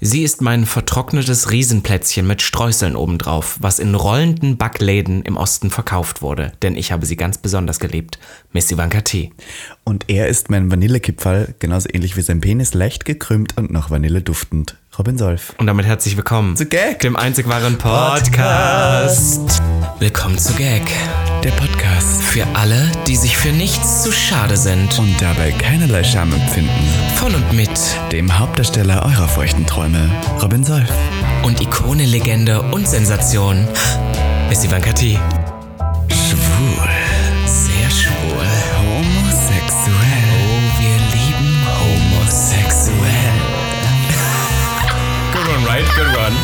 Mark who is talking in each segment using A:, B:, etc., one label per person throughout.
A: Sie ist mein vertrocknetes Riesenplätzchen mit Streuseln obendrauf, was in rollenden Backläden im Osten verkauft wurde. Denn ich habe sie ganz besonders geliebt. Miss Ivanka T.
B: Und er ist mein Vanillekipferl, genauso ähnlich wie sein Penis, leicht gekrümmt und nach Vanille duftend. Robin Solf.
A: Und damit herzlich willkommen
B: Zu Gag.
A: dem einzig wahren Podcast. Willkommen zu Gag.
B: Der Podcast.
A: Für alle, die sich für nichts zu schade sind.
B: Und dabei keinerlei Scham empfinden.
A: Von und mit
B: Dem Hauptdarsteller eurer feuchten Träume, Robin Solf.
A: und Ikone, Legende und Sensation. Miss Ivanka T.
B: Schwul.
A: Sehr schwul.
B: Homosexuell.
A: Oh, wir lieben homosexuell. Good one, right? Good one,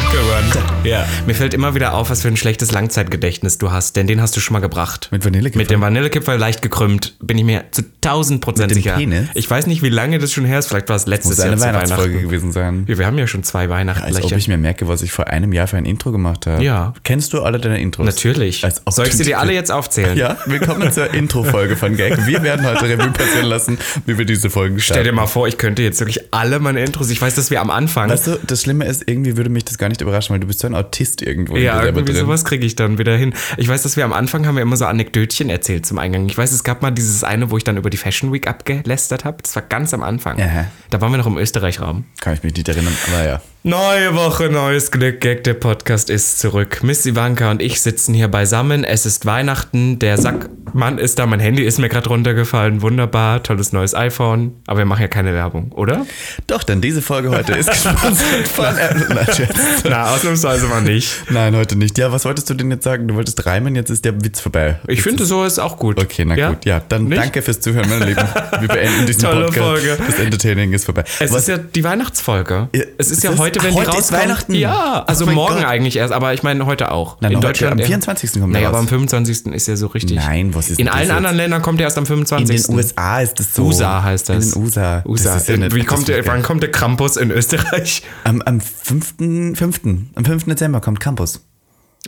A: good one. Ja. Mir fällt immer wieder auf, was für ein schlechtes Langzeitgedächtnis du hast, denn den hast du schon mal gebracht.
B: Mit Vanillekipferl?
A: Mit dem Vanillekipferl leicht gekrümmt, bin ich mir zu 1000 Prozent
B: Mit dem
A: sicher.
B: Penis?
A: Ich weiß nicht, wie lange das schon her ist, vielleicht war es letztes
B: Muss
A: Jahr
B: eine
A: zu
B: Weihnachtsfolge
A: Weihnachten.
B: gewesen sein.
A: Ja, wir haben ja schon zwei Weihnachten.
B: Als ob ich mir merke, was ich vor einem Jahr für ein Intro gemacht habe.
A: Ja.
B: Kennst du alle deine Intros?
A: Natürlich.
B: Als ob
A: Soll ich
B: du
A: sie
B: die-
A: dir alle jetzt aufzählen?
B: Ja, willkommen zur Intro-Folge von Gag. Wir werden heute Revue passieren lassen, wie wir diese Folgen
A: Stell
B: starten.
A: dir mal vor, ich könnte jetzt wirklich alle meine Intros. Ich weiß, dass wir am Anfang.
B: Weißt du, das Schlimme ist, irgendwie würde mich das gar nicht überraschen, weil du bist so ein Autist irgendwo. in dir
A: Ja,
B: selber
A: irgendwie
B: drin.
A: sowas kriege ich dann wieder hin. Ich weiß, dass wir am Anfang haben wir immer so Anekdötchen erzählt zum Eingang. Ich weiß, es gab mal dieses eine, wo ich dann über die Fashion Week abgelästert habe. Das war ganz am Anfang.
B: Aha.
A: Da waren wir noch im Österreich-Raum.
B: Kann ich mich nicht erinnern, aber ja.
A: Neue Woche, neues Glück. Gag, der Podcast ist zurück. Miss Ivanka und ich sitzen hier beisammen. Es ist Weihnachten. Der Sackmann ist da. Mein Handy ist mir gerade runtergefallen. Wunderbar. Tolles neues iPhone. Aber wir machen ja keine Werbung, oder?
B: Doch, denn diese Folge heute ist gesponsert von Apple. Nein, Scherz.
A: Na, ausnahmsweise mal nicht.
B: Nein, heute nicht. Ja, was wolltest du denn jetzt sagen? Du wolltest reimen, jetzt ist der Witz vorbei.
A: Ich
B: Jetzt
A: finde, so ist auch gut.
B: Okay, na gut. Ja, dann
A: Nicht?
B: danke fürs Zuhören, meine Lieben. Wir beenden diesen
A: Tolle
B: Podcast.
A: Folge.
B: Das Entertaining ist vorbei.
A: Es
B: Was-
A: ist ja die Weihnachtsfolge.
B: Ja,
A: es ist
B: ist
A: ja
B: es?
A: heute, wenn
B: Ach,
A: die
B: heute ist
A: rauskommt.
B: Weihnachten.
A: Ja, also
B: Oh mein
A: morgen
B: Gott.
A: eigentlich erst, aber ich meine heute auch.
B: Nein,
A: In
B: heute,
A: Deutschland
B: am
A: eher.
B: 24. kommt er
A: Naja, aber
B: raus.
A: am 25. ist ja so richtig.
B: Nein, was ist
A: In
B: denn
A: allen
B: das
A: anderen Ländern kommt er erst am 25.
B: In den USA ist das so.
A: USA heißt das.
B: In den USA.
A: USA.
B: Das ist ja
A: In-
B: nicht-
A: Wie
B: das
A: kommt
B: ist
A: der,
B: nicht
A: wann
B: geil.
A: kommt der Krampus in Österreich?
B: Am, am 5. 5. Am 5. Dezember kommt Campus.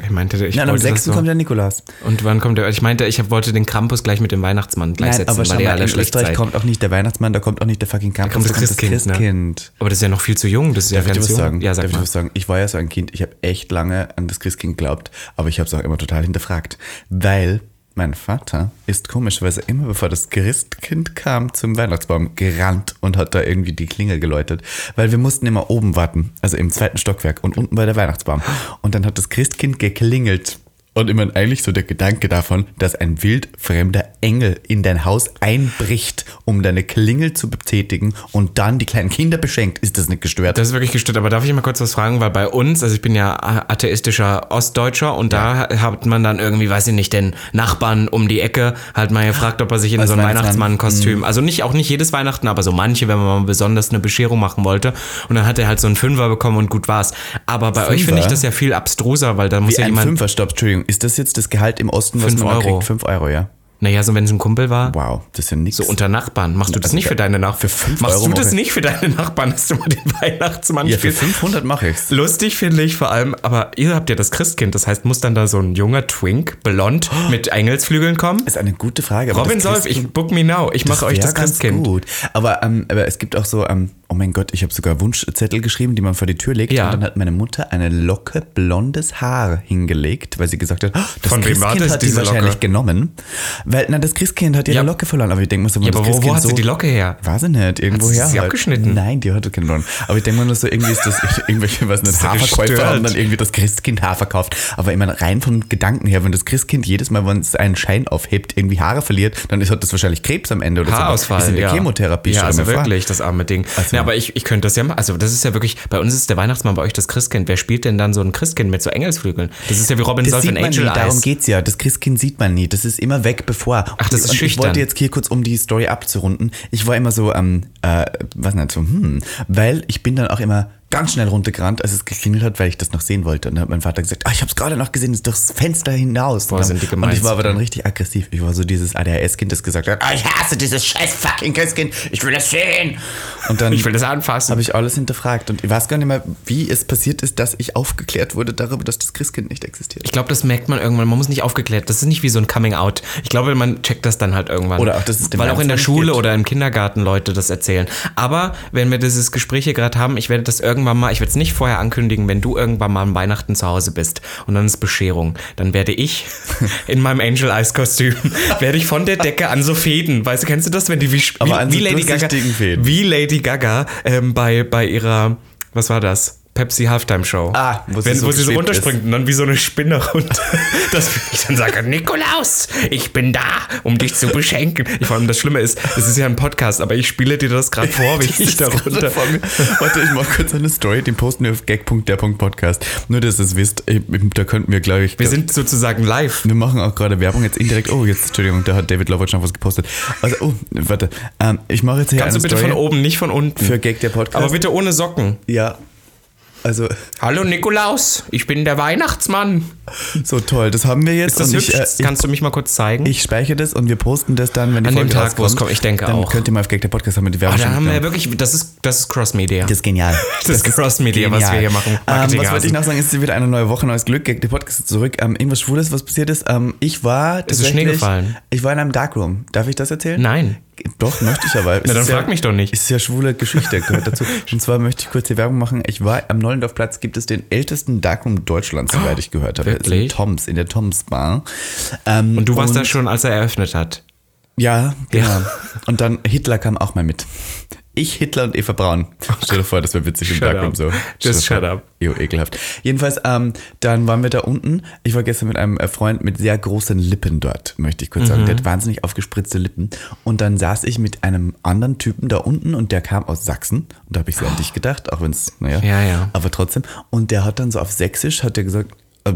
A: Ich meinte, ich
B: Nein, am
A: wollte
B: 6.
A: das so.
B: kommt der Nikolaus.
A: Und wann kommt der? Ich meinte, ich wollte den Krampus gleich mit dem Weihnachtsmann
B: Nein,
A: gleichsetzen,
B: aber schau
A: weil ihr
B: mal,
A: alle
B: in
A: schlecht
B: Österreich
A: seid.
B: kommt auch nicht der Weihnachtsmann, da kommt auch nicht der fucking Campus,
A: kommt
B: da
A: das Christkind, ne?
B: Christkind.
A: aber das ist ja noch viel zu jung, das ist ja
B: Darf ich
A: ganz
B: dir
A: jung.
B: was sagen?
A: Ja, sag
B: Darf ich dir
A: mal.
B: was sagen? Ich war ja so ein Kind, ich habe echt lange an das Christkind geglaubt, aber ich habe es auch immer total hinterfragt, weil mein Vater ist komischerweise immer bevor das Christkind kam zum Weihnachtsbaum gerannt und hat da irgendwie die Klingel geläutet, weil wir mussten immer oben warten, also im zweiten Stockwerk und unten war der Weihnachtsbaum und dann hat das Christkind geklingelt. Und immer eigentlich so der Gedanke davon, dass ein wildfremder Engel in dein Haus einbricht, um deine Klingel zu betätigen und dann die kleinen Kinder beschenkt. Ist das nicht gestört?
A: Das ist wirklich gestört, aber darf ich mal kurz was fragen, weil bei uns, also ich bin ja atheistischer Ostdeutscher und da hat man dann irgendwie, weiß ich nicht, den Nachbarn um die Ecke halt mal gefragt, ob er sich in
B: Als
A: so ein
B: Weihnachtsmann. Mhm.
A: Weihnachtsmann-Kostüm, also nicht auch nicht jedes Weihnachten, aber so manche, wenn man mal besonders eine Bescherung machen wollte und dann hat er halt so einen Fünfer bekommen und gut war's. Aber bei euch finde ich das ja viel abstruser, weil da muss
B: Wie
A: ja
B: ein
A: jemand,
B: Fünfer, stopp, Entschuldigung. Ist das jetzt das Gehalt im Osten, was
A: Fünf
B: man da
A: Euro.
B: kriegt? 5 Euro, ja.
A: naja, so wenn es ein Kumpel war.
B: Wow, das ist ja nichts.
A: So unter Nachbarn. Machst du das
B: Also
A: nicht für deine Nachbarn?
B: für fünf
A: Machst
B: Euro
A: du das
B: mache ich-
A: nicht für deine Nachbarn, dass du mal den Weihnachtsmann
B: ja, für
A: spielst?
B: 500 mache ich's.
A: Lustig finde ich vor allem, aber ihr habt ja das Christkind, das heißt, muss dann da so ein junger Twink, blond, mit Engelsflügeln kommen?
B: Ist eine gute Frage. aber
A: Robin
B: das
A: Solf,
B: Oh. Christkind-
A: ich book me now, ich mache euch
B: wär
A: das
B: ganz
A: Christkind.
B: Gut. Aber, ähm, aber es gibt auch so, ähm, oh mein Gott, ich habe sogar Wunschzettel geschrieben, die man vor die Tür legt.
A: Ja.
B: Und dann hat meine Mutter eine Locke blondes Haar hingelegt, weil sie gesagt hat, oh, das
A: Von wem war
B: Christkind
A: das,
B: hat die
A: diese
B: wahrscheinlich
A: Locke?
B: genommen. Weil, na, das Christkind hat ihre
A: Ja.
B: Locke verloren. Aber ich denke,
A: Ja, aber wo, wo hat sie die Locke her?
B: Weiß ich nicht, irgendwo
A: Hat sie
B: her. halt.
A: sie abgeschnitten?
B: Nein, die hatte keine Ahnung. Aber ich denke mal nur so, irgendwie ist das irgendwelche, was nicht,
A: ist ja
B: Haferkäufer
A: gestört.
B: haben dann irgendwie das Christkind Haar verkauft. Aber immer rein vom Gedanken her, wenn das Christkind jedes Mal, wenn es einen Schein aufhebt, irgendwie Haare verliert, dann ist hat das wahrscheinlich Krebs am Ende oder so.
A: Haarausfall.
B: Ist in der
A: ja.
B: Chemotherapie
A: Ja,
B: schon
A: also
B: immer vor.
A: wirklich, das arme Ding.
B: Also-
A: ja, aber ich, ich könnte das ja machen. Also, das ist ja wirklich, bei uns ist der Weihnachtsmann, bei euch das Christkind. Wer spielt denn dann so ein Christkind mit so Engelsflügeln? Das ist ja wie Robin
B: Das
A: Solf
B: sieht
A: in
B: man nie,
A: Angel
B: darum
A: Eyes.
B: geht's ja. Das Christkind sieht man nie. Das ist immer weg, bevor.
A: Ach, das ist
B: und Ich
A: schüchtern.
B: wollte jetzt hier kurz, um die Story abzurunden. Ich war immer so, ähm, äh, was nicht so, hm, weil ich bin dann auch immer ganz schnell runtergerannt, als es geklingelt hat, weil ich das noch sehen wollte. Und dann hat mein Vater gesagt, ah, ich hab's gerade noch gesehen, ist durchs Fenster hinaus.
A: Boah,
B: und, dann,
A: sind die gemein.
B: und ich war aber dann richtig aggressiv. Ich war so dieses ADHS-Kind, das gesagt hat, ah, ich hasse dieses scheiß fucking Christkind, ich will das sehen. Und dann
A: Ich will das anfassen.
B: habe ich alles hinterfragt und ich weiß gar nicht mehr, wie es passiert ist, dass ich aufgeklärt wurde darüber, dass das Christkind nicht existiert.
A: Ich glaube, das merkt man irgendwann. Man muss nicht aufgeklärt. Das ist nicht wie so ein Coming Out. Ich glaube, man checkt das dann halt irgendwann.
B: Oder auch, dass es dem
A: Weil auch in der
B: Einzelnen
A: Schule
B: geht.
A: oder im Kindergarten Leute das erzählen. Aber wenn wir dieses Gespräch hier gerade haben, ich werde das irgendwann mal, ich werde es nicht vorher ankündigen, wenn du irgendwann mal am Weihnachten zu Hause bist und dann ist Bescherung, dann werde ich in meinem Angel Eyes Kostüm, werde ich von der Decke an so Fäden, weißt du, kennst du das, wenn die wie, wie,
B: Aber an
A: wie
B: so
A: Lady Gaga,
B: durchsichtigen Fäden.
A: wie Lady Gaga ähm, bei, bei ihrer, was war das? Pepsi Halftime Show.
B: Ah, wo
A: wo
B: sie
A: Wenn,
B: so
A: wo sie so
B: geschwebt
A: runterspringt und dann wie so eine Spinne runter. Dass ich dann sage, Nikolaus, ich bin da, um dich zu beschenken. Vor allem das Schlimme ist, es ist ja ein Podcast, aber ich spiele dir das gerade vor, wie
B: Das
A: ich
B: ist
A: da
B: gerade
A: runter.
B: vor mir. Warte, ich mache kurz eine Story, den posten wir auf gag.der.podcast. Nur, dass ihr es wisst, ich- da könnten wir, glaube ich,
A: Wir sind sozusagen live.
B: Wir machen auch gerade Werbung jetzt indirekt. Oh, jetzt, Entschuldigung, da hat David Lovitch noch was gepostet. Also, oh, warte. Ähm, ich mache jetzt hier
A: Kannst du
B: eine
A: bitte
B: Story
A: von oben, nicht von unten.
B: für Gag der Podcast.
A: aber bitte ohne Socken.
B: ja. Also,
A: Hallo Nikolaus, ich bin der Weihnachtsmann.
B: so toll. Das haben wir jetzt.
A: Ist das
B: und
A: hübsch?
B: ich, äh, ich,
A: Kannst du mich mal kurz zeigen?
B: ich speichere das und wir posten das dann, wenn die
A: An dem
B: Folge
A: Tag,
B: rauskommt.
A: wo es kommt, ich denke
B: dann
A: auch.
B: könnt ihr mal auf Gag der Podcast haben mit die Werbung.
A: aber Ah, da
B: schon
A: haben wir ja
B: getan.
A: wirklich, das ist, das ist Cross-Media.
B: das ist genial.
A: Das ist Cross-Media, was wir hier machen.
B: Ähm, was wollte
A: Marketinghasen.
B: ich noch sagen? Es ist wieder eine neue Woche, neues Glück. Gag der Podcast ist zurück. Ähm, irgendwas Schwules, was passiert ist. Ähm, ich war.
A: ist Schnee
B: tatsächlich-
A: gefallen.
B: Ich war in einem Darkroom. Darf ich das erzählen?
A: Nein.
B: Doch, möchte ich aber.
A: Na, dann
B: Ist ja-
A: frag mich doch nicht.
B: Ist ja schwule Geschichte, gehört dazu. Und zwar möchte ich kurz die Werbung machen. Ich war am Nollendorfplatz, gibt es den ältesten Darkroom Deutschlands, soweit ich gehört habe. Es ist in
A: Wirklich?
B: Toms, in der Toms Bar. Ähm,
A: Und du warst da schon, als er eröffnet hat.
B: Ja, genau.
A: Ja.
B: Und dann Hitler kam auch mal mit. Ich, Hitler und Eva Braun. Stell dir vor, das wäre witzig im
A: Oh Shut
B: Darkroom
A: up.
B: so.
A: Just
B: Stell dir
A: shut
B: vor.
A: up.
B: Jo, ekelhaft. Jedenfalls, ähm, dann waren wir da unten. Ich war gestern mit einem äh, Freund mit sehr großen Lippen dort, möchte ich kurz sagen.
A: Mhm.
B: Der hat wahnsinnig aufgespritzte Lippen. Und dann saß ich mit einem anderen Typen da unten und der kam aus Sachsen. Und da habe ich so an dich gedacht, auch wenn es, naja.
A: Ja, ja.
B: Aber trotzdem. Und der hat dann so auf Sächsisch, hat der gesagt, äh,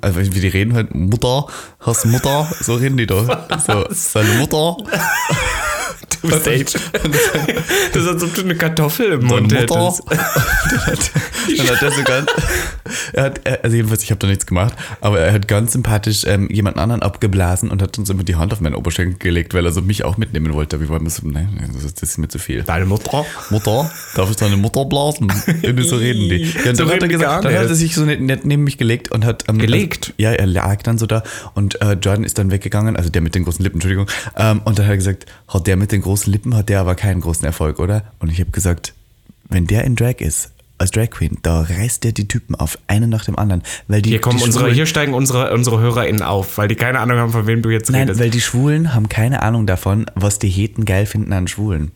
B: also wie die reden halt, Mutter, hast Mutter, so reden die da. So, seine Mutter,
A: Du bist echt. Das ist, als ob du eine Kartoffel im
B: Und
A: Mund
B: Mutter.
A: hättest.
B: dann hat, dann hat er so ganz, er hat, er- also jedenfalls, ich habe da nichts gemacht, aber er hat ganz sympathisch ähm, jemand anderen abgeblasen und hat uns immer die Hand auf meinen Oberschenkel gelegt, weil er so mich auch mitnehmen wollte. Wir wollen so, nein, das ist- das ist mir zu viel.
A: Deine Mutter?
B: Mutter, darf ich deine Mutter blasen? Irgendwie so reden die. Ja, und
A: So
B: dann hat er
A: reden die
B: gesagt,
A: gar
B: dann hat er
A: nicht.
B: sich so nett, nett neben mich gelegt und hat. ähm,
A: Gelegt?
B: Also, ja, er lag dann so da und äh, Jordan ist dann weggegangen, also der mit den großen Lippen, Entschuldigung. Ähm, und dann hat er gesagt, hat der mit den großen Lippen, hat der aber keinen großen Erfolg, oder? Und ich habe gesagt, wenn der in Drag ist, als Drag Queen, da reißt der die Typen auf, einen nach dem anderen. Weil die,
A: Hier, kommen
B: die
A: unsere,
B: Schwulen-
A: hier steigen unsere, unsere HörerInnen auf, weil die keine Ahnung haben, von wem du jetzt
B: Nein,
A: redest.
B: weil die Schwulen haben keine Ahnung davon, was die Heten geil finden an Schwulen.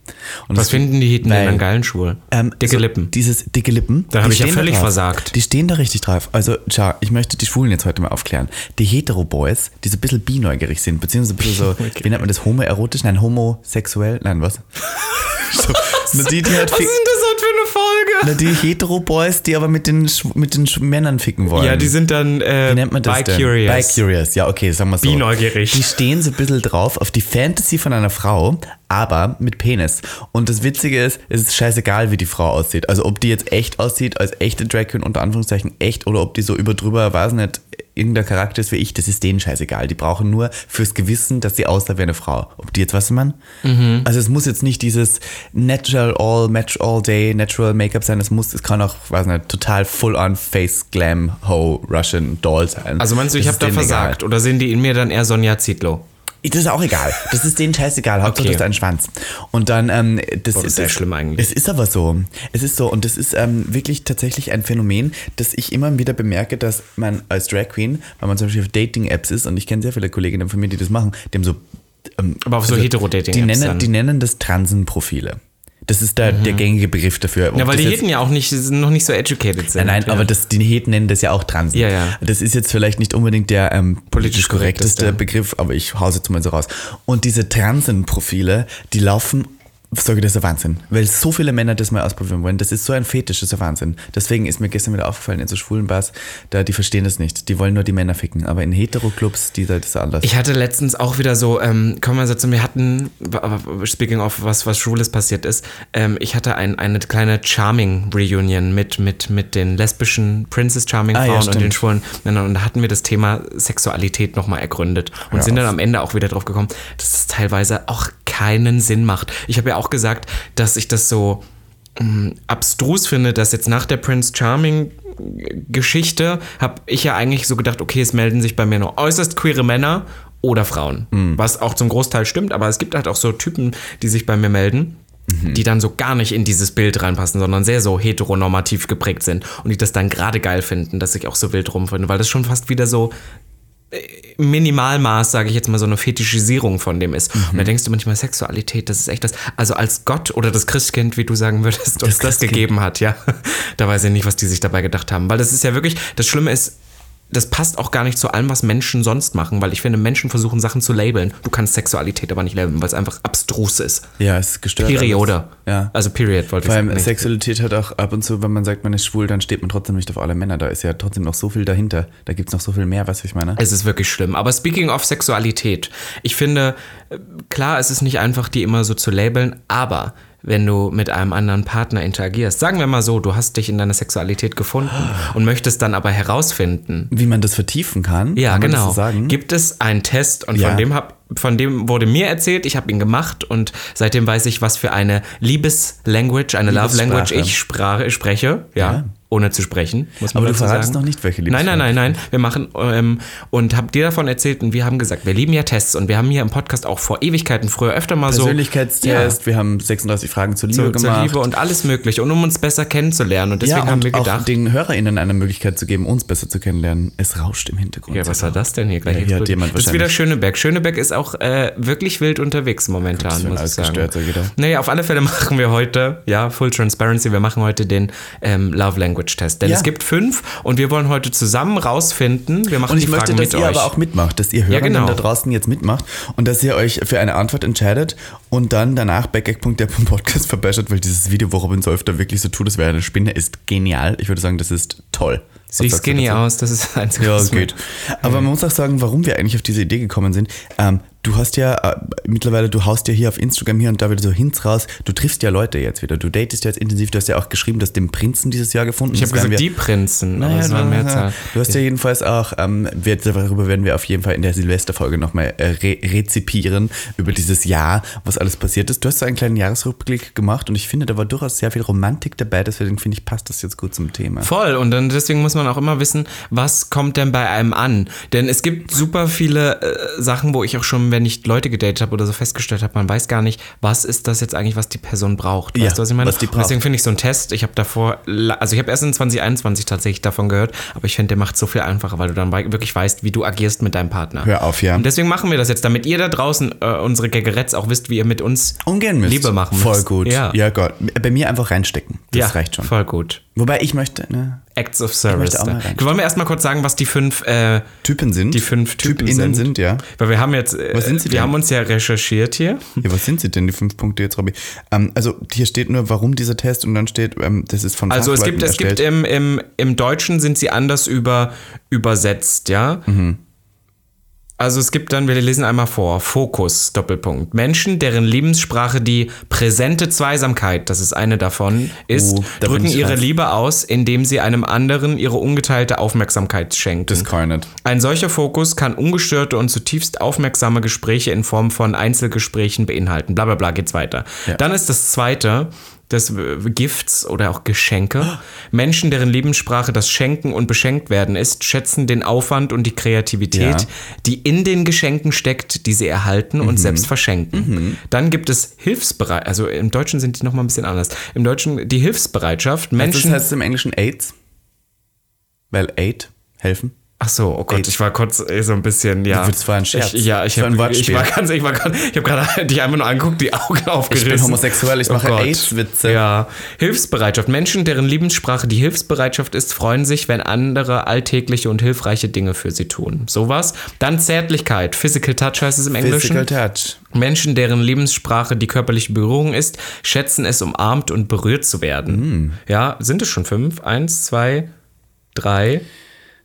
B: Und
A: Was
B: das-
A: finden die Heten denn
B: Weil-
A: an geilen Schwul?
B: Ähm,
A: Dicke
B: so
A: Lippen.
B: Dieses dicke Lippen.
A: Da
B: die
A: hab ich ja
B: stehen da
A: völlig
B: drauf.
A: versagt.
B: Die stehen da richtig drauf. Also, schau, ich möchte die Schwulen jetzt heute mal aufklären. Die Hetero-Boys, die so ein bisschen bineugierig sind, beziehungsweise ein bisschen so, wie nennt man das, homoerotisch? Nein, homosexuell? Nein, was? so, na, die, die halt
A: Was ist denn
B: fick-
A: das heute für eine
B: na,
A: Folge?
B: die Hetero-Boys, die aber mit den, Schw- mit den Schw- Männern ficken wollen.
A: Ja, die sind dann äh,
B: Wie nennt man das denn?
A: bi-curious.
B: Bi curious, ja, okay, sagen wir so.
A: Bi-neugierig.
B: Die stehen so ein bisschen drauf auf die Fantasy von einer Frau, aber mit Penis. Und das Witzige ist, es ist scheißegal, wie die Frau aussieht. Also ob die jetzt echt aussieht, als echte Drag Queen unter Anführungszeichen echt, oder ob die so überdrüber, weiß nicht, irgendein Charakter ist wie ich, das ist denen scheißegal. Die brauchen nur fürs Gewissen, dass sie aussah wie eine Frau. Ob die jetzt, was man? Also es muss jetzt nicht dieses natural all, match all day, natural Make-up sein. Es muss, es kann auch, weiß nicht, total full on face glam ho Russian doll sein.
A: Also meinst du, ich
B: Das
A: habe
B: ist
A: da
B: denen
A: versagt? Oder sehen die in mir dann eher Sonja Zietlow?
B: Egal. Das ist auch egal. Das ist denen scheißegal. Hauptsache,
A: Okay.
B: das ist ein Schwanz. Und dann, ähm, das,
A: das ist
B: das
A: sehr schlimm eigentlich.
B: Es ist aber so. Es ist so. Und das ist ähm, wirklich tatsächlich ein Phänomen, dass ich immer wieder bemerke, dass man als Drag Queen, wenn man zum Beispiel auf Dating-Apps ist, und ich kenne sehr viele Kolleginnen von mir, die das machen, dem so. Ähm,
A: Aber auf so Hetero-Dating-Apps
B: die nennen,
A: dann.
B: die nennen das Transenprofile. Das ist da der gängige Begriff dafür. Ob
A: Ja, weil
B: das
A: die
B: jetzt-
A: Heten ja auch nicht, sind noch nicht so educated sind.
B: Nein,
A: ja.
B: aber das, die Heten nennen das ja auch Transen.
A: Ja, ja.
B: Das ist jetzt vielleicht nicht unbedingt der ähm, politisch korrekteste
A: korrekteste.
B: Begriff, aber ich hause jetzt mal so raus. Und diese Transen-Profile, die laufen, sorry, das ist ein Wahnsinn. Weil so viele Männer das mal ausprobieren wollen. Das ist so ein Fetisch, das ist ein Wahnsinn. Deswegen ist mir gestern wieder aufgefallen, in so schwulen Bars, da, die verstehen das nicht. Die wollen nur die Männer ficken. Aber in Hetero-Clubs, die da das ist anders.
A: Ich hatte letztens auch wieder so, ähm, kommen wir so zu mir, hatten, speaking of was, was Schwules passiert ist, ähm, ich hatte ein, eine kleine Charming-Reunion mit, mit, mit den lesbischen Princess
B: Ah, ja,
A: Charming-Frauen und
B: stimmt.
A: den schwulen Männern und da hatten wir das Thema Sexualität nochmal ergründet und
B: Ja,
A: sind dann
B: auf.
A: am Ende auch wieder drauf gekommen, dass das teilweise auch keinen Sinn macht. Ich habe ja auch gesagt, dass ich das so mh, abstrus finde, dass jetzt nach der Prince Charming Geschichte habe ich ja eigentlich so gedacht, okay, es melden sich bei mir nur äußerst queere Männer oder Frauen, was auch zum Großteil stimmt, aber es gibt halt auch so Typen, die sich bei mir melden. die dann so gar nicht in dieses Bild reinpassen, sondern sehr so heteronormativ geprägt sind und die das dann gerade geil finden, dass ich auch so wild rumfinde, weil das schon fast wieder so äh, Minimalmaß, sage ich jetzt mal, so eine Fetischisierung von dem ist.
B: Mhm.
A: Und da denkst du manchmal, Sexualität, das ist echt das. Also als Gott oder das Christkind, wie du sagen würdest, uns das
B: Christkind.
A: gegeben hat, ja. Da weiß ich nicht, was die sich dabei gedacht haben. Weil das ist ja wirklich, das Schlimme ist, das passt auch gar nicht zu allem, was Menschen sonst machen, weil ich finde, Menschen versuchen Sachen zu labeln. Du kannst Sexualität aber nicht labeln, weil es einfach abstrus ist.
B: Ja, es ist gestört.
A: Periode.
B: alles. Ja.
A: Also Period wollte ich
B: Vor allem
A: sagen. nicht.
B: Sexualität hat auch ab und zu, wenn man sagt, man ist schwul, dann steht man trotzdem nicht auf alle Männer. Da ist ja trotzdem noch so viel dahinter. Da gibt es noch so viel mehr, weißt du, was ich meine?
A: Es ist wirklich schlimm. Aber speaking of Sexualität, ich finde, äh, klar, es ist nicht einfach, die immer so zu labeln, aber wenn du mit einem anderen Partner interagierst, sagen wir mal so, du hast dich in deiner Sexualität gefunden und möchtest dann aber herausfinden,
B: Wie man das vertiefen kann.
A: ja,
B: kann man
A: genau.
B: Das so sagen?
A: Gibt es einen Test und
B: Ja.
A: von dem hab, von dem wurde mir erzählt, ich habe ihn gemacht und seitdem weiß ich, was für eine Liebeslanguage, eine Love Language
B: Liebessprache.
A: ich sprach, spreche, ja,
B: Ja.
A: ohne zu sprechen, muss man
B: Aber du
A: dazu
B: verratest
A: sagen.
B: noch nicht, welche
A: Nein, nein, nein, nein, wir machen ähm, und hab dir davon erzählt und wir haben gesagt, wir lieben ja Tests und wir haben hier im Podcast auch vor Ewigkeiten früher öfter mal so
B: Persönlichkeitstest, wir haben 36 Fragen zur Liebe
A: ja, zur,
B: gemacht.
A: zur Liebe und alles mögliche und um uns besser kennenzulernen und deswegen
B: ja, und
A: haben wir
B: auch
A: gedacht,
B: den HörerInnen eine Möglichkeit zu geben, uns besser zu kennenlernen. Es rauscht im Hintergrund.
A: ja, was war das denn hier gleich?
B: Genau. Ja, hier hat
A: explodiert?
B: jemand
A: das ist wieder
B: wahrscheinlich-
A: Schöneberg. Schöneberg ist auch äh, wirklich wild unterwegs momentan,
B: Willen,
A: muss ich
B: alles
A: sagen.
B: gestört, sag ich da.
A: Naja, auf alle Fälle machen wir heute, ja, Full Transparency, wir machen heute den ähm, Love Language Test. Denn
B: Ja.
A: es gibt fünf und wir wollen heute zusammen rausfinden. Wir machen
B: Und ich
A: die
B: möchte,
A: Fragen
B: dass
A: mit
B: ihr
A: euch.
B: aber auch mitmacht, dass ihr Hörer
A: genau.
B: da draußen jetzt mitmacht und dass ihr euch für eine Antwort entscheidet und dann danach backack.der vom Podcast verbessert, weil dieses Video, wo Robin Seufter wirklich so tut, als wäre er eine Spinne, ist genial. Ich würde sagen, das ist toll. Was
A: Sieht
B: sagst du
A: skinny
B: dazu?
A: aus, das ist das Einzige,
B: Ja,
A: was
B: es
A: mir-
B: geht. Aber man muss auch sagen, warum wir eigentlich auf diese Idee gekommen sind. Ähm, du hast ja äh, mittlerweile, du haust ja hier auf Instagram hier und da wieder so Hints raus. Du triffst ja Leute jetzt wieder. Du datest ja jetzt intensiv. Du hast ja auch geschrieben, dass den Prinzen dieses Jahr gefunden
A: Ich habe gesagt, die Prinzen, aber es war Mehrzahl.
B: Du hast ja jedenfalls auch, ähm, wir, darüber werden wir auf jeden Fall in der Silvesterfolge nochmal äh, re rezipieren über dieses Jahr, was alles passiert ist. Du hast so einen kleinen Jahresrückblick gemacht und ich finde, da war durchaus sehr viel Romantik dabei, deswegen finde ich, passt das jetzt gut zum Thema.
A: Voll. Und dann deswegen muss man auch immer wissen, was kommt denn bei einem an? Denn es gibt super viele äh, Sachen, wo ich auch schon, wenn ich Leute gedatet habe oder so festgestellt habe, man weiß gar nicht, was ist das jetzt eigentlich, was die Person braucht. Weißt
B: Ja,
A: du, was ich meine?
B: was die
A: Und Deswegen
B: braucht.
A: finde ich so einen Test. Ich habe davor, la- also ich habe erst in 2021 tatsächlich davon gehört, aber ich finde, der macht so viel einfacher, weil du dann wei- wirklich weißt, wie du agierst mit deinem Partner.
B: Hör auf, ja.
A: Und deswegen machen wir das jetzt, damit ihr da draußen äh, unsere Gaggeretts auch wisst, wie ihr mit uns
B: Umgehen müsst.
A: Liebe machen müsst.
B: Voll gut.
A: Ja.
B: Ja. Gott. Bei mir einfach reinstecken. Das reicht schon.
A: Voll gut.
B: Wobei ich möchte, ne,
A: Acts of Service.
B: möchte auch mal
A: da.
B: rein.
A: Wollen wir erstmal kurz sagen, was die fünf, äh,
B: Typen sind.
A: die fünf Typen
B: Typinnen
A: sind.
B: sind, ja.
A: Weil wir haben jetzt, äh,
B: Was sind sie
A: wir
B: denn?
A: haben uns ja recherchiert hier.
B: Ja, was sind sie denn, die fünf Punkte jetzt, Robby? Ähm, also hier steht nur, warum dieser Test und dann steht, ähm, das ist von
A: Also es
B: Fachleuten
A: gibt, es gibt
B: erstellt.
A: im, im, im Deutschen sind sie anders über, übersetzt, ja.
B: Mhm.
A: Also es gibt dann, wir lesen einmal vor, Fokus, Doppelpunkt. Menschen, deren Lebenssprache die präsente Zweisamkeit, das ist eine davon, ist,
B: Oh, da bin
A: drücken
B: ich
A: ihre
B: raus.
A: Liebe aus, indem sie einem anderen ihre ungeteilte Aufmerksamkeit schenken.
B: Das kann ich nicht.
A: Ein solcher Fokus kann ungestörte und zutiefst aufmerksame Gespräche in Form von Einzelgesprächen beinhalten. Bla bla bla geht's weiter. Dann ist das zweite des äh, Gifts oder auch Geschenke. Menschen, deren Lebenssprache das Schenken und Beschenkt werden ist, schätzen den Aufwand und die Kreativität,
B: Ja.
A: die in den Geschenken steckt, die sie erhalten und selbst verschenken. Dann gibt es Hilfsbereit, also im Deutschen sind die nochmal ein bisschen anders. Im Deutschen die Hilfsbereitschaft,
B: Das
A: Menschen.
B: heißt es im Englischen AIDS. Weil Aid helfen.
A: Ach so, oh Gott, ich war kurz eh, so ein bisschen, ja.
B: Das war ein Scherz.
A: Ich, ja, ich
B: Das war
A: habe
B: ein Wortspiel.
A: ich war ganz, ich war grad, ich habe gerade dich einfach nur angeguckt, die Augen aufgerissen. Oh
B: homosexuell, ich mache
A: Gott.
B: AIDS-Witze.
A: Ja, Hilfsbereitschaft. Menschen, deren Lebenssprache die Hilfsbereitschaft ist, freuen sich, wenn andere alltägliche und hilfreiche Dinge für sie tun. Sowas. Dann Zärtlichkeit, Physical Touch heißt es im Englischen.
B: Physical Touch.
A: Menschen, deren Lebenssprache die körperliche Berührung ist, schätzen es, umarmt und berührt zu
B: Hm.
A: werden. Ja, sind es schon fünf? Eins, zwei, drei,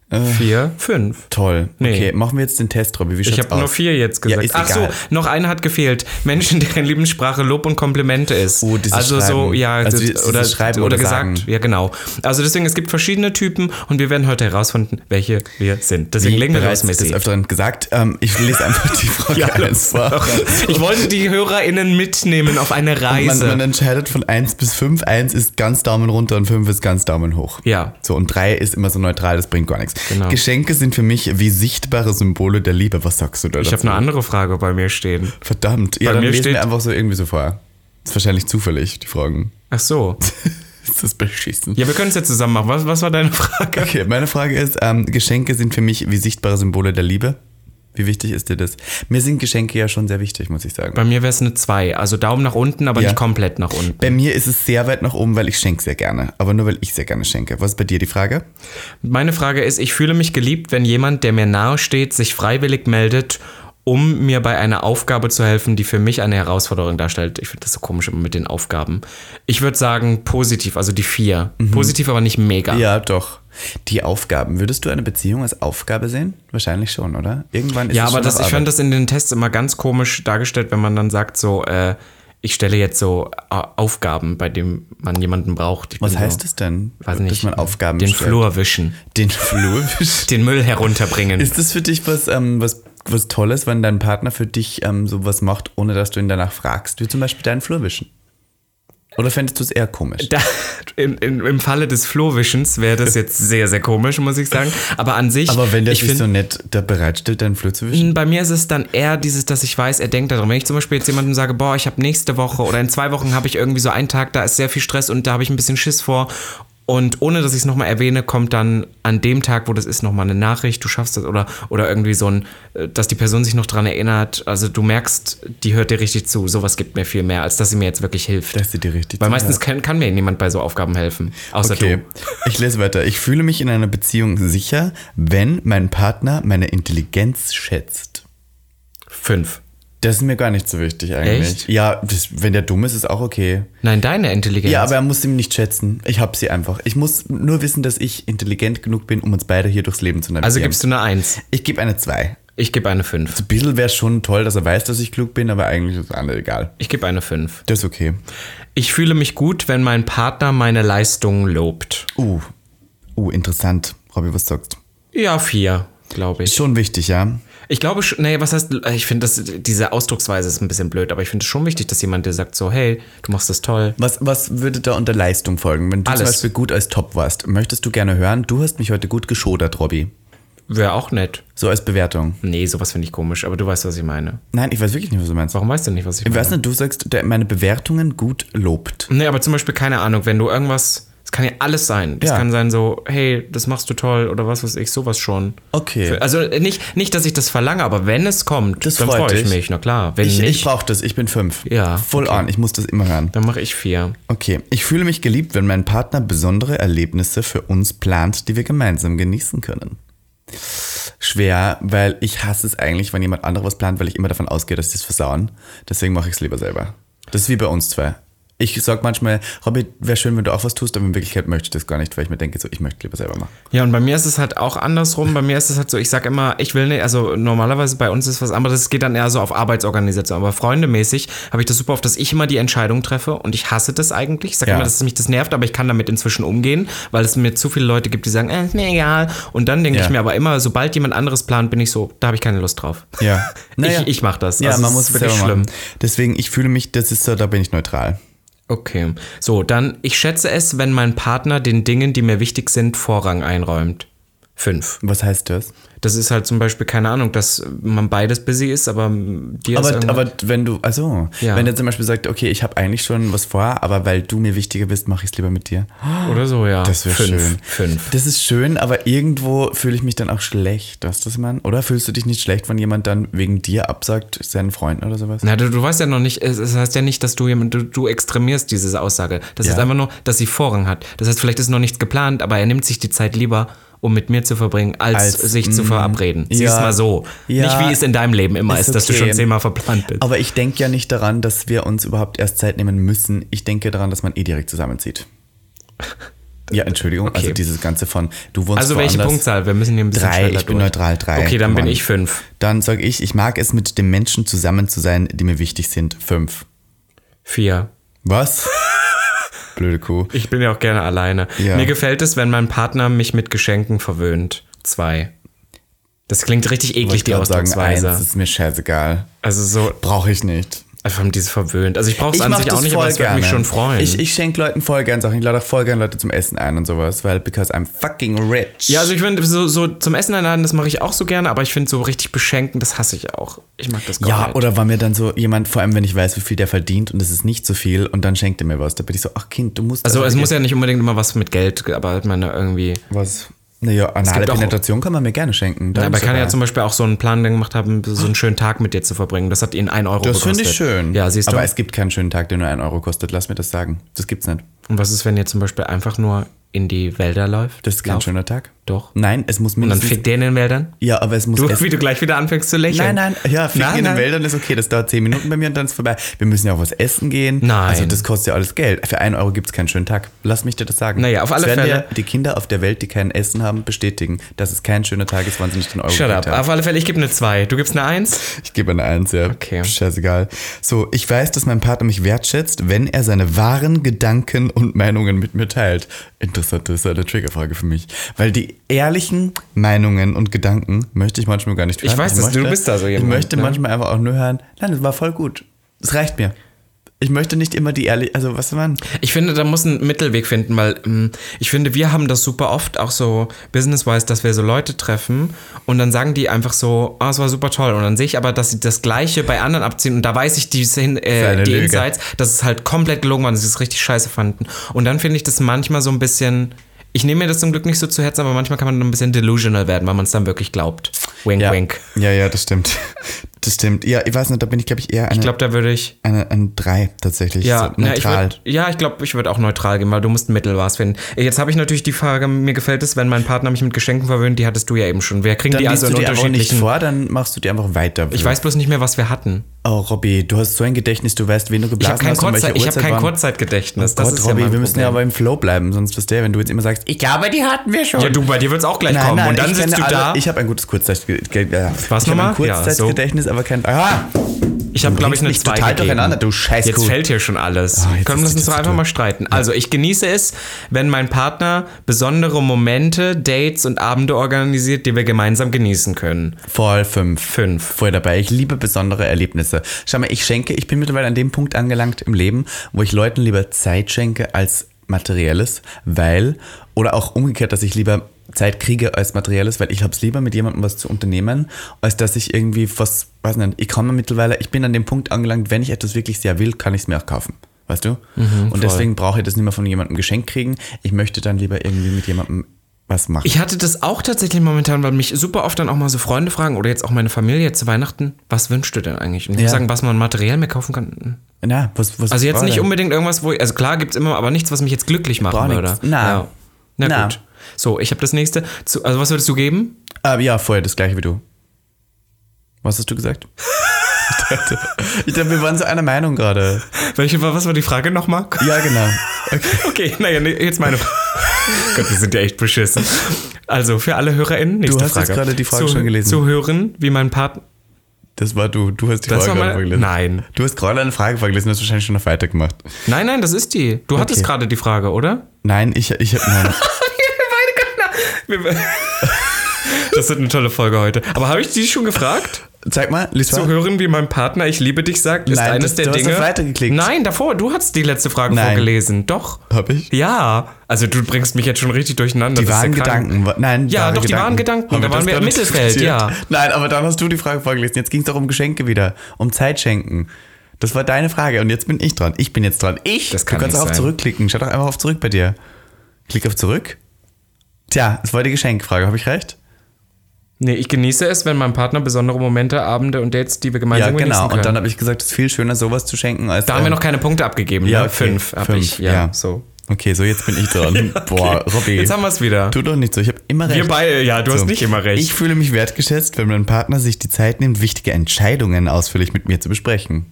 B: Äh.
A: vier, fünf.
B: Toll.
A: Nee.
B: Okay, machen wir jetzt den Test, Robby. Wie
A: Ich
B: schaut's
A: habe nur
B: aus?
A: vier jetzt
B: Ja,
A: gesagt.
B: ist
A: Ach so,
B: egal.
A: noch eine hat gefehlt. Menschen, deren Lebenssprache Lob und Komplimente ist.
B: Oh, dieses
A: also so,
B: Schreiben.
A: ja,
B: Also
A: das-
B: dieses
A: oder,
B: Schreiben
A: oder
B: oder
A: gesagt.
B: Sagen.
A: Ja, genau. Also deswegen, es gibt verschiedene Typen und wir werden heute herausfinden, welche wir sind. Deswegen legen wir
B: bereits
A: raus,
B: des
A: Missy.
B: Öfteren gesagt. Ähm, ich lese einfach die Frage eins vor.
A: Ich wollte die HörerInnen mitnehmen auf eine
B: Man,
A: Reise.
B: man entscheidet von 1 bis 5. 1 ist ganz Daumen runter und 5 ist ganz Daumen hoch.
A: Ja.
B: So, und 3 ist immer so neutral, das bringt gar nichts.
A: Genau.
B: Geschenke sind für mich wie sichtbare Symbole der Liebe. Was sagst du da
A: ich habe eine andere Frage bei mir stehen.
B: Verdammt. Ja,
A: Bei
B: dann
A: mir
B: lesen
A: steht-
B: wir einfach so irgendwie so vor. ist wahrscheinlich zufällig, die Fragen.
A: Ach so.
B: Ist das beschissen?
A: Ja, wir können es jetzt zusammen machen. Was, was war deine Frage?
B: Okay, meine Frage ist, ähm, Geschenke sind für mich wie sichtbare Symbole der Liebe. Wie wichtig ist dir das? Mir sind Geschenke ja schon sehr wichtig, muss ich sagen.
A: Bei mir wäre es eine 2. Also Daumen nach unten, aber
B: Ja.
A: nicht komplett nach unten.
B: Bei mir ist es sehr weit nach oben, weil ich schenke sehr gerne. Aber nur, weil ich sehr gerne schenke. Was ist bei dir die Frage?
A: Meine Frage ist, ich fühle mich geliebt, wenn jemand, der mir nahe steht, sich freiwillig meldet, um mir bei einer Aufgabe zu helfen, die für mich eine Herausforderung darstellt. Ich finde das so komisch immer mit den Aufgaben. Ich würde sagen positiv, also die vier. Positiv, aber nicht mega.
B: Ja, doch. Die Aufgaben. Würdest du eine Beziehung als Aufgabe sehen? Wahrscheinlich schon, oder? Irgendwann ist
A: Ja,
B: es
A: aber
B: schon
A: das,
B: auf
A: ich fand
B: Arbeit.
A: das in den Tests immer ganz komisch dargestellt, wenn man dann sagt so, äh, ich stelle jetzt so äh, Aufgaben, bei denen man jemanden braucht. Ich
B: Was
A: bin
B: heißt
A: so,
B: das denn?
A: Weiß nicht.
B: Dass man Aufgaben
A: Den
B: stellt?
A: Flur wischen,
B: Den Flur.
A: den Müll herunterbringen.
B: ist das für dich was, ähm, was, was Tolles, wenn dein Partner für dich ähm, sowas macht, ohne dass du ihn danach fragst? Wie zum Beispiel deinen Flur wischen. Oder fändest du es eher komisch?
A: da, in, in, Im Falle des Flohwischens wäre das jetzt sehr, sehr komisch, muss ich sagen. Aber an sich.
B: Aber wenn der
A: ich
B: sich
A: find-
B: so nett da bereitstellt, deinen Flur zu wischen.
A: bei mir ist es dann eher dieses, dass ich weiß, er denkt daran. Wenn ich zum Beispiel jetzt jemandem sage, boah, ich habe nächste Woche oder in zwei Wochen habe ich irgendwie so einen Tag, da ist sehr viel Stress und da habe ich ein bisschen Schiss vor. Und ohne, dass ich es nochmal erwähne, kommt dann an dem Tag, wo das ist, nochmal eine Nachricht, du schaffst das oder, oder irgendwie so ein, äh, dass die Person sich noch dran erinnert. Also du merkst, die hört dir richtig zu. Sowas gibt mir viel mehr, als dass sie mir jetzt wirklich hilft.
B: Dass sie dir richtig
A: Weil
B: zuhört.
A: meistens kann, kann mir niemand bei so Aufgaben helfen. Außer
B: Okay,
A: du.
B: ich lese weiter. Ich fühle mich in einer Beziehung sicher, wenn mein Partner meine Intelligenz schätzt.
A: Fünf.
B: Das ist mir gar nicht so wichtig eigentlich.
A: Echt?
B: Ja, das, wenn der dumm ist, ist auch okay.
A: Nein, deine Intelligenz.
B: Ja, aber er muss sie mir nicht schätzen. Ich hab sie einfach. Ich muss nur wissen, dass ich intelligent genug bin, um uns beide hier durchs Leben zu navigieren.
A: also gibst du eine Eins.
B: ich gebe eine 2.
A: Ich gebe eine Fünf.
B: Ein bisschen wäre schon toll, dass er weiß, dass ich klug bin, aber eigentlich ist das andere egal.
A: Ich gebe eine Fünf.
B: Das ist okay.
A: Ich fühle mich gut, wenn mein Partner meine Leistungen lobt.
B: Uh, uh, interessant. Robby, was sagst du?
A: Ja, vier, glaube ich.
B: Schon wichtig, ja?
A: Ich glaube schon, nee, was heißt, ich finde das, diese Ausdrucksweise ist ein bisschen blöd, aber ich finde es schon wichtig, dass jemand dir sagt so, hey, du machst das toll.
B: Was, was würde da unter Leistung folgen? Wenn du zum
A: Alles.
B: Beispiel gut als Top warst, möchtest du gerne hören, du hast mich heute gut geschodert, Robby.
A: Wäre auch nett.
B: So als Bewertung.
A: Nee, sowas finde ich komisch, aber du weißt, was ich meine.
B: Nein, ich weiß wirklich nicht, was du meinst.
A: Warum weißt du nicht, was ich
B: Ich
A: meine?
B: weiß nicht, du sagst, der meine Bewertungen gut lobt.
A: Nee, aber zum Beispiel, keine Ahnung, wenn du irgendwas, es kann ja alles sein. Es
B: Ja.
A: kann sein so, hey, das machst du toll oder was weiß ich, sowas schon.
B: Okay.
A: Also nicht, nicht, dass ich das verlange, aber wenn es kommt,
B: Das
A: dann
B: freut
A: freue ich
B: dich.
A: mich. Na klar, wenn
B: Ich,
A: nicht,
B: ich brauche das, ich bin fünf.
A: Ja,
B: Voll on, ich muss das immer hören.
A: dann mache ich vier.
B: Okay, ich fühle mich geliebt, wenn mein Partner besondere Erlebnisse für uns plant, die wir gemeinsam genießen können. Schwer, weil ich hasse es eigentlich, wenn jemand anderes was plant, weil ich immer davon ausgehe, dass sie es versauen. Deswegen mache ich es lieber selber. Das ist wie bei uns zwei. Ich sage manchmal, Robby, wäre schön, wenn du auch was tust, aber in Wirklichkeit möchte ich das gar nicht, weil ich mir denke, so, ich möchte lieber selber machen.
A: Ja, und bei mir ist es halt auch andersrum. Bei mir ist es halt so, ich sag immer, ich will nicht, also normalerweise bei uns ist was anderes, es geht dann eher so auf Arbeitsorganisation. Aber freundemäßig habe ich das super oft, dass ich immer die Entscheidung treffe und ich hasse das eigentlich. Ich sag
B: Ja.
A: immer, dass es mich das nervt, aber ich kann damit inzwischen umgehen, weil es mir zu viele Leute gibt, die sagen, äh, ist mir egal. Und dann denke
B: Ja.
A: ich mir aber immer, sobald jemand anderes plant, bin ich so, da habe ich keine Lust drauf.
B: Ja.
A: Ich, ich mache das.
B: Ja,
A: Also
B: man
A: es
B: muss
A: ist
B: es wirklich schlimm. Machen. Deswegen, ich fühle mich, das ist so, da bin ich neutral.
A: Okay. So, dann, ich schätze es, wenn mein Partner den Dingen, die mir wichtig sind, Vorrang einräumt. Fünf.
B: Was heißt das?
A: Das ist halt zum Beispiel, keine Ahnung, dass man beides busy ist, aber dir ist
B: Aber,
A: irgendwas-
B: aber wenn du, also,
A: Ja.
B: wenn der zum Beispiel sagt, okay, ich habe eigentlich schon was vor, aber weil du mir wichtiger bist, mache ich es lieber mit dir.
A: oder so, ja.
B: Das wäre
A: Fünf.
B: schön.
A: Fünf.
B: Das ist schön, aber irgendwo fühle ich mich dann auch schlecht, weißt du, was ich meine? Oder fühlst du dich nicht schlecht, wenn jemand dann wegen dir absagt, seinen Freunden oder sowas?
A: Na, du, du weißt ja noch nicht, es es heißt ja nicht, dass du jemand, du, du extremierst diese Aussage. Das
B: Ja.
A: ist einfach nur, dass sie Vorrang hat. Das heißt, vielleicht ist noch nichts geplant, aber er nimmt sich die Zeit lieber, um mit mir zu verbringen, als,
B: Als,
A: sich zu verabreden. Siehst
B: ja.
A: mal so.
B: Ja.
A: nicht wie es in deinem Leben immer ist,
B: Ist
A: dass du
B: okay.
A: schon zehnmal verplant bist.
B: Aber ich denke ja nicht daran, dass wir uns überhaupt erst Zeit nehmen müssen. Ich denke daran, dass man eh direkt zusammenzieht. Ja, Entschuldigung, also dieses Ganze von, du wohnst
A: also welche
B: woanders.
A: Punktzahl? Wir müssen hier ein bisschen
B: Drei,
A: schneller
B: ich bin
A: durch.
B: neutral, drei.
A: Okay, dann
B: Come
A: bin
B: on.
A: ich fünf.
B: Dann sage ich, ich mag es, mit den Menschen zusammen zu sein, die mir wichtig sind. Fünf.
A: Vier.
B: Was? Blöde Kuh.
A: Ich bin ja auch gerne alleine.
B: Ja.
A: Mir gefällt es, wenn mein Partner mich mit Geschenken verwöhnt. Zwei. Das klingt richtig eklig, die
B: grad sagen, eins
A: Ausdrucksweise.
B: ist mir scheißegal.
A: also so,
B: Brauche ich nicht.
A: Also vor allem diese verwöhnt. Also ich brauche es an
B: mach
A: sich auch
B: das
A: nicht,
B: voll
A: aber es würde mich
B: gerne.
A: schon freuen.
B: Ich, ich schenke Leuten voll gerne Sachen. Ich lade auch voll gerne Leute zum Essen ein und sowas, weil because I'm fucking rich.
A: ja, also ich finde, so, so zum Essen einladen, das mache ich auch so gerne, aber ich finde so richtig beschenken, das hasse ich auch. Ich mag das gar
B: ja,
A: nicht.
B: oder war mir dann so jemand, vor allem wenn ich weiß, wie viel der verdient und das ist nicht so viel und dann schenkt er mir was. Da bin ich so, ach Kind, du musst.
A: also es muss ja nicht unbedingt immer was mit Geld, aber ich meine irgendwie.
B: Was? Naja, anale
A: gibt auch-
B: Penetration kann man mir gerne schenken.
A: Aber kann ja
B: sogar.
A: zum Beispiel auch so einen Plan gemacht haben, so einen schönen Tag mit dir zu verbringen. Das hat ihn 1 Euro
B: Ah. Das
A: gekostet.
B: finde ich schön.
A: Ja, siehst du.
B: Aber es gibt keinen schönen Tag, der nur 1 Euro kostet. Lass mir das sagen. Das gibt's nicht.
A: Und was ist, wenn ihr zum Beispiel einfach nur in die Wälder läuft?
B: Das ist kein
A: Lauf-
B: schöner Tag.
A: Doch.
B: Nein, es muss
A: Dann
B: mindestens.
A: fickt der in den Wäldern?
B: ja, aber es muss.
A: Du,
B: es,
A: wie du gleich wieder anfängst zu lächeln.
B: nein, nein. Ja, ficken
A: Nein,
B: in den
A: nein.
B: Wäldern ist okay. Das dauert 10 Minuten bei mir und dann ist vorbei. Wir müssen ja auch was essen gehen.
A: Nein.
B: Also, das kostet ja alles Geld. Für 1 Euro gibt's keinen schönen Tag. Lass mich dir das sagen.
A: Naja, auf alle
B: das werden
A: Fälle-
B: Dir die Kinder auf der Welt, die kein Essen haben, bestätigen, dass es kein schöner Tag ist, wann sie nicht den Euro
A: Shut
B: gekriegt
A: up.
B: haben.
A: Auf alle Fälle, ich gebe eine 2. Du gibst eine 1?
B: Ich gebe eine Eins, ja.
A: Okay.
B: Scheißegal. So, ich weiß, dass mein Partner mich wertschätzt, wenn er seine wahren Gedanken und Meinungen mit mir teilt. Interessant, das ist eine Triggerfrage für mich. Weil die ehrlichen Meinungen und Gedanken möchte ich manchmal gar nicht hören.
A: weiß, dass du
B: möchte-
A: bist da so jemand,
B: Ich möchte
A: ne?
B: manchmal einfach auch nur hören, nein, es war voll gut. Es reicht mir. Ich möchte nicht immer die ehrlich, also was man.
A: Ich finde, da muss ein Mittelweg finden, weil ähm, ich finde, wir haben das super oft, auch so business-wise, dass wir so Leute treffen und dann sagen die einfach so, ah, es war super toll. Und dann sehe ich aber, dass sie das Gleiche bei anderen abziehen und da weiß ich die, Sin- äh,
B: Seine
A: die
B: Lüge.
A: Insights, dass es halt komplett gelogen war und dass sie es richtig scheiße fanden. Und dann finde ich das manchmal so ein bisschen. Ich nehme mir das zum Glück nicht so zu Herzen, aber manchmal kann man ein bisschen delusional werden, weil man es dann wirklich glaubt. Wink,
B: Ja.
A: wink.
B: ja, ja, das stimmt. Das stimmt. Ja, ich weiß nicht, da bin ich, glaube ich, eher eine,
A: Ich glaube, da würde ich.
B: eine, eine drei tatsächlich.
A: Ja,
B: so
A: na, ich
B: neutral.
A: würd, ja, ich glaube, ich würde auch neutral gehen, weil du musst ein Mittelmaß finden. Jetzt habe ich natürlich die Frage, mir gefällt es, wenn mein Partner mich mit Geschenken verwöhnt, die hattest du ja eben schon. Wir kriegen
B: dann
A: die
B: liest
A: also in
B: du dir auch nicht
A: unterschiedlichen...
B: vor, dann machst du dir einfach weiter.
A: Ich weiß bloß nicht mehr, was wir hatten.
B: Oh, Robby, du hast so ein Gedächtnis, du weißt, wen du
A: Ich
B: geblasen
A: habe kein,
B: hast und welche
A: Kurzzeit, ich hab
B: Uhrzeit
A: kein
B: wann.
A: Kurzzeitgedächtnis. Das
B: Gott,
A: ist
B: Robby,
A: ja mein
B: wir müssen ja
A: Problem.
B: aber im Flow bleiben, sonst wirst du, wenn du jetzt immer sagst, ich glaube, die hatten wir schon.
A: ja, du, bei dir wird es auch gleich kommen. Und dann
B: ich
A: sitzt du
B: kenne
A: da.
B: alle, Ich habe ein gutes Kurzzeitgedächtnis.
A: Was nochmal?
B: Ich habe
A: Ja,
B: ein Kurzzeitgedächtnis, aber kein... Ah!
A: Ich habe,
B: Du
A: glaube ich,
B: bringst
A: eine
B: mich
A: 2
B: total durcheinander, du Scheißkuh.
A: Jetzt fällt hier schon alles.
B: Ah, jetzt
A: Komm,
B: ist
A: lass
B: die
A: uns doch einfach
B: Tastatur.
A: mal streiten. Also, ich genieße es, wenn mein Partner besondere Momente, Dates und Abende organisiert, die wir gemeinsam genießen können.
B: Voll fünf.
A: Fünf.
B: Voll dabei. Ich liebe besondere Erlebnisse. Schau mal, ich schenke, ich bin mittlerweile an dem Punkt angelangt im Leben, wo ich Leuten lieber Zeit schenke als Materielles, weil, oder auch umgekehrt, dass ich lieber Zeit kriege als Materielles, weil ich hab's lieber mit jemandem was zu unternehmen, als dass ich irgendwie was, weiß nicht, ich komme mittlerweile, ich bin an dem Punkt angelangt, wenn ich etwas wirklich sehr will, kann ich es mir auch kaufen. Weißt du?
A: Mhm,
B: Und deswegen brauche ich das nicht mehr von jemandem geschenkt kriegen. Ich möchte dann lieber irgendwie mit jemandem was machen.
A: Ich hatte das auch tatsächlich momentan, weil mich super oft dann auch mal so Freunde fragen oder jetzt auch meine Familie zu Weihnachten, was wünschst du denn eigentlich? Und ich muss
B: Ja.
A: sagen, was man materiell mehr kaufen kann.
B: Na, was, was
A: Also jetzt
B: war
A: nicht
B: denn?
A: unbedingt irgendwas, wo, also klar gibt's immer, aber nichts, was mich jetzt glücklich
B: Brauch
A: machen würde.
B: nichts. Na.
A: Ja. Na,
B: Na.
A: gut. So, ich habe das nächste. Zu, also was würdest du geben?
B: Ähm, ja, vorher das gleiche wie du. Was hast du gesagt? ich, dachte, ich dachte, wir waren so einer Meinung gerade.
A: Welche, war- was war die Frage nochmal?
B: Ja, genau.
A: Okay, naja, nee, jetzt meine Frage. Gott, wir sind ja echt beschissen. Also für alle HörerInnen, nächste
B: hast
A: Frage.
B: jetzt gerade die Frage
A: zu,
B: schon gelesen.
A: Zu hören, wie mein Partner...
B: Das war du. Du hast die
A: Das
B: Frage
A: war meine-
B: vorgelesen.
A: Nein.
B: Du hast gerade eine Frage vorgelesen, du hast wahrscheinlich schon noch weitergemacht.
A: Nein, nein, das ist die. Du hattest
B: Okay.
A: gerade die Frage, oder?
B: Nein, ich, ich habe. Nein.
A: Wir beide können Das wird eine tolle Folge heute. Aber habe ich dich schon gefragt?
B: Zeig mal, lies
A: Zu
B: mal.
A: hören, wie mein Partner Ich liebe dich sagt, ist
B: Nein,
A: eines
B: das-
A: der
B: du hast
A: Dinge.
B: auf weitergeklickt.
A: Nein, davor, du hast die letzte Frage
B: Nein.
A: vorgelesen. Doch.
B: Hab ich?
A: Ja. Also du bringst mich jetzt schon richtig durcheinander.
B: Die
A: Das ist
B: wahren
A: ja krank.
B: Gedanken. wa- Nein,
A: Ja, doch, die wahren Gedanken.
B: Haben
A: Da
B: wir
A: waren
B: das
A: wir im
B: gerade
A: Mittelfeld,
B: diskutiert?
A: ja.
B: Nein, aber dann hast du die Frage vorgelesen. Jetzt ging es doch um Geschenke wieder. Um Zeit schenken. Das war deine Frage und jetzt bin ich dran. Ich bin jetzt dran. Ich?
A: Das kann
B: du kannst
A: nicht
B: auch auf
A: sein.
B: zurückklicken. Schau doch einfach auf zurück bei dir. Klick auf zurück. Tja, es war die Geschenkfrage. Habe ich recht?
A: Nee, ich genieße es, wenn mein Partner besondere Momente, Abende und Dates, die wir
B: ja,
A: gemeinsam genießen
B: genau.
A: können.
B: Und dann habe ich gesagt, es ist viel schöner, sowas zu schenken als.
A: da haben wir
B: ähm,
A: noch keine Punkte abgegeben.
B: ja,
A: ne?
B: okay.
A: Fünf habe
B: Fünf,
A: ich. Ja,
B: ja.
A: so.
B: Okay, so jetzt bin ich dran. Boah, Robby.
A: Jetzt haben wir es wieder.
B: Tu doch nicht so, ich habe immer recht.
A: Wir beide, ja, du hast nicht immer recht.
B: Ich fühle mich wertgeschätzt, wenn mein Partner sich die Zeit nimmt, wichtige Entscheidungen ausführlich mit mir zu besprechen.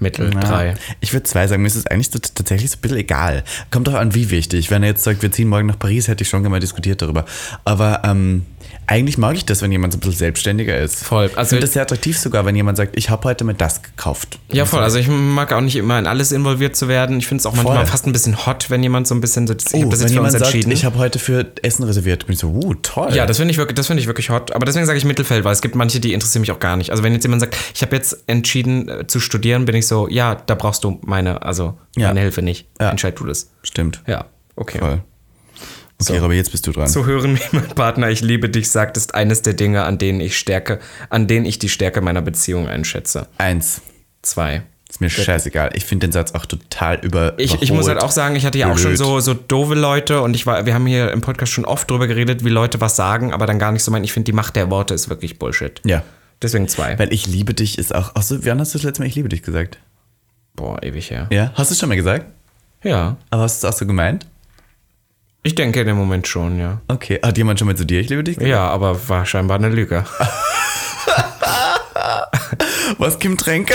A: Mittel Äh, drei.
B: Ich würde zwei sagen, mir ist es eigentlich so, tatsächlich so ein bisschen egal. Kommt drauf an, wie wichtig. Wenn er jetzt sagt, wir ziehen morgen nach Paris, hätte ich schon gerne mal diskutiert darüber. Aber ähm, Eigentlich mag ich das, wenn jemand so ein bisschen selbstständiger ist.
A: Voll.
B: Also ich
A: Also
B: finde
A: ich-
B: das sehr attraktiv sogar, wenn jemand sagt, ich habe heute mir das gekauft.
A: Ja, voll. Also ich mag auch nicht immer in alles involviert zu werden. Ich finde es auch manchmal
B: Voll.
A: fast ein bisschen hot, wenn jemand so ein bisschen so, das- ich
B: Oh,
A: hab das
B: wenn
A: jetzt für uns
B: jemand sagt,
A: entschieden.
B: ich habe heute für Essen reserviert, bin ich so, uh, toll.
A: ja, das finde ich, wirklich- das finde ich wirklich hot. Aber deswegen sage ich Mittelfeld, weil es gibt manche, die interessieren mich auch gar nicht. Also wenn jetzt jemand sagt, ich habe jetzt entschieden äh, zu studieren, bin ich so, ja, da brauchst du meine, also
B: Ja.
A: meine Hilfe nicht.
B: Ja.
A: Entscheid du das.
B: stimmt.
A: Ja, okay.
B: Voll. Okay, aber jetzt bist du dran.
A: Zu hören, wie mein Partner Ich liebe dich sagt, ist eines der Dinge, an denen ich Stärke, an denen ich die Stärke meiner Beziehung einschätze.
B: Eins.
A: Zwei.
B: Ist mir scheißegal. Ich finde den Satz auch total über.
A: Ich, ich muss halt auch sagen, ich hatte ja auch schon
B: Blöd.
A: so, so doofe Leute und ich war, wir haben hier im Podcast schon oft drüber geredet, wie Leute was sagen, aber dann gar nicht so meinen. Ich finde, die Macht der Worte ist wirklich Bullshit.
B: Ja.
A: Deswegen zwei.
B: Weil ich liebe dich ist auch. Achso, wann hast du das letzte Mal ich liebe dich gesagt?
A: Boah, ewig her.
B: Ja. Hast du es schon mal gesagt?
A: Ja.
B: Aber hast du es auch so gemeint?
A: Ich denke in dem Moment schon, ja.
B: Okay. Hat jemand schon mal zu dir ich liebe dich gesagt?
A: Ja, aber war scheinbar eine Lüge. Oh
B: Was, Kim Tränker?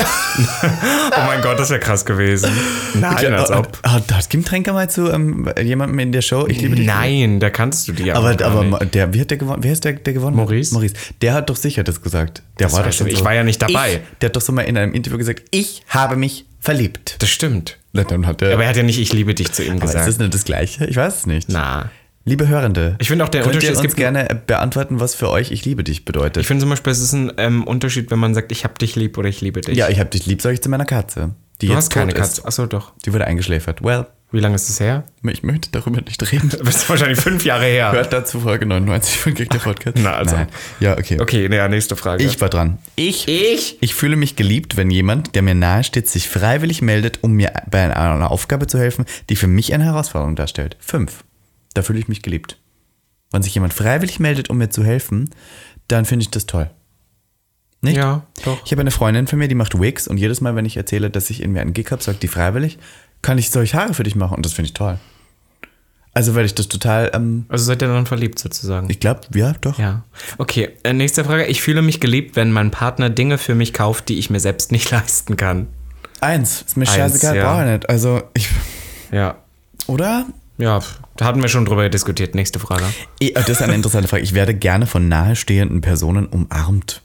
A: Oh mein Gott, das wäre krass gewesen. Nein, als ob.
B: Hat, hat, hat Kim Tränker mal zu ähm, jemandem in der Show ich liebe dich
A: Nein, da kannst du die
B: Aber,
A: gar nicht.
B: aber der, wie hat der gewonnen? Wer ist der, der gewonnen? hat?
A: Maurice?
B: Maurice. Der hat doch sicher das gesagt. Der
A: Das
B: war doch
A: weiß ich
B: schon
A: nicht.
B: so,
A: Ich war ja nicht dabei.
B: Ich, der hat doch so mal in einem Interview gesagt, ich habe mich verliebt.
A: das stimmt.
B: Na, dann hat er.
A: Aber er hat ja nicht Ich liebe dich zu ihm
B: aber ist
A: gesagt.
B: das nicht das Gleiche? Ich weiß es nicht.
A: Na.
B: Liebe Hörende,
A: Ich finde auch der
B: könnt
A: Unterschied-
B: ihr
A: es
B: uns
A: gibt-
B: gerne äh, beantworten, was für euch ich liebe dich bedeutet.
A: Ich finde zum Beispiel, es ist ein ähm, Unterschied, wenn man sagt, ich hab dich lieb oder ich liebe dich.
B: ja, ich habe dich lieb, sage ich zu meiner Katze. Die
A: du
B: jetzt
A: hast keine
B: tot ist.
A: Katze. Achso, doch.
B: Die wurde eingeschläfert. Well,
A: Wie lange ist es her?
B: ich möchte darüber nicht reden.
A: Das ist wahrscheinlich fünf Jahre her.
B: Hört dazu Folge 99 von Gegner Podcast.
A: Na, also.
B: Nein. Ja, okay.
A: Okay, naja, nächste Frage.
B: Ich war dran. Ich?
A: Ich?
B: Ich fühle mich geliebt, wenn jemand, der mir nahe steht, sich freiwillig meldet, um mir bei einer Aufgabe zu helfen, die für mich eine Herausforderung darstellt. Fünf. Da fühle ich mich geliebt. Wenn sich jemand freiwillig meldet, um mir zu helfen, dann finde ich das toll. Nicht?
A: Ja, doch.
B: Ich habe eine Freundin von mir, die macht Wigs und jedes Mal, wenn ich erzähle, dass ich in mir einen Gig habe, sagt die freiwillig, kann ich solche Haare für dich machen und das finde ich toll. Also, weil ich das total, ähm,
A: Also seid ihr dann verliebt sozusagen?
B: ich glaube, ja, doch.
A: ja. Okay, äh, nächste Frage. Ich fühle mich geliebt, wenn mein Partner Dinge für mich kauft, die ich mir selbst nicht leisten kann.
B: Eins, ist mir
A: Eins,
B: scheißegal,
A: ja.
B: brauche ich nicht. Also, ich,
A: Ja.
B: oder?
A: Ja, pf, da hatten wir schon drüber diskutiert. Nächste Frage.
B: Ich- äh, Das ist eine interessante Frage. Ich werde gerne von nahestehenden Personen umarmt.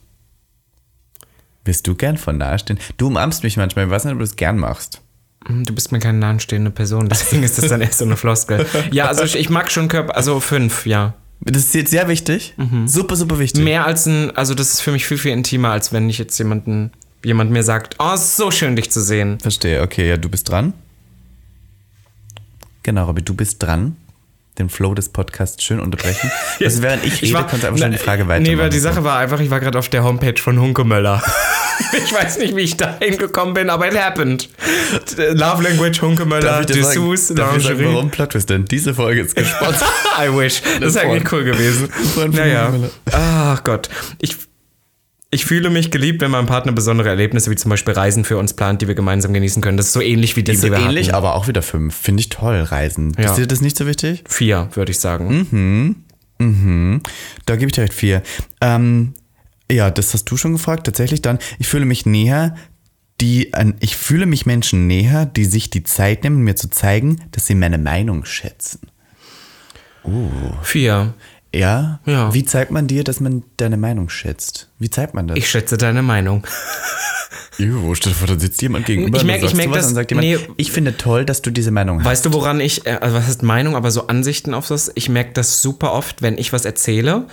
B: Wirst du gern von nahestehenden? Du umarmst mich manchmal. Ich weiß nicht, ob du es gern machst.
A: Hm, Du bist mir keine nahenstehende Person, deswegen ist das dann erst so eine Floskel. Ja, also ich, ich mag schon Körper, also fünf, ja.
B: Das ist jetzt sehr wichtig. Super, super wichtig.
A: Mehr als ein, also das ist für mich viel, viel intimer, als wenn ich jetzt jemanden, jemand mir sagt, oh, es ist so schön, dich zu sehen.
B: Verstehe. Okay, ja, du bist dran. Genau, Robby, du bist dran. Den Flow des Podcasts schön unterbrechen. Also während ich rede, kannst du einfach schon die Frage weitermachen.
A: Nee, weil die Sache war einfach, ich war gerade auf der Homepage von Hunkemöller. ich weiß nicht, wie ich da hingekommen bin, aber it happened. Love Language,
B: Darf
A: Hunkemöller,
B: ich dir
A: Dessous,
B: sagen, darf ich sagen
A: Lingerie.
B: warum Plot Twist? Denn diese Folge ist gesponsert.
A: I wish. Das ist
B: Freund.
A: eigentlich cool gewesen.
B: Freund von
A: Naja.
B: Hunkemöller.
A: Ach Gott. Ich, ich fühle mich geliebt, wenn mein Partner besondere Erlebnisse wie zum Beispiel Reisen für uns plant, die wir gemeinsam genießen können. Das ist so ähnlich wie die,
B: Ist
A: die
B: so
A: wir
B: ähnlich,
A: hatten.
B: aber auch wieder fünf. Finde ich toll, Reisen.
A: Ja.
B: Ist dir das nicht so wichtig?
A: Vier, würde ich sagen.
B: Hm? Mhm. Da gebe ich dir recht vier. Ähm, ja, das hast du schon gefragt. Tatsächlich dann, ich fühle mich näher, die, an, ich fühle mich Menschen näher, die sich die Zeit nehmen, mir zu zeigen, dass sie meine Meinung schätzen.
A: Vier.
B: Ja?
A: Ja.
B: Wie zeigt man dir, dass man deine Meinung schätzt? Wie zeigt man das?
A: Ich schätze deine Meinung.
B: Ew, stell dir vor, da sitzt jemand gegenüber
A: Ich
B: und
A: merk-
B: du
A: ich
B: sagst
A: merk
B: sowas
A: das-
B: und sagt jemand,
A: nee.
B: ich finde toll, dass du diese Meinung hast.
A: Weißt du, woran ich, äh, also was heißt Meinung, aber so Ansichten auf das, ich merke das super oft, wenn ich was erzähle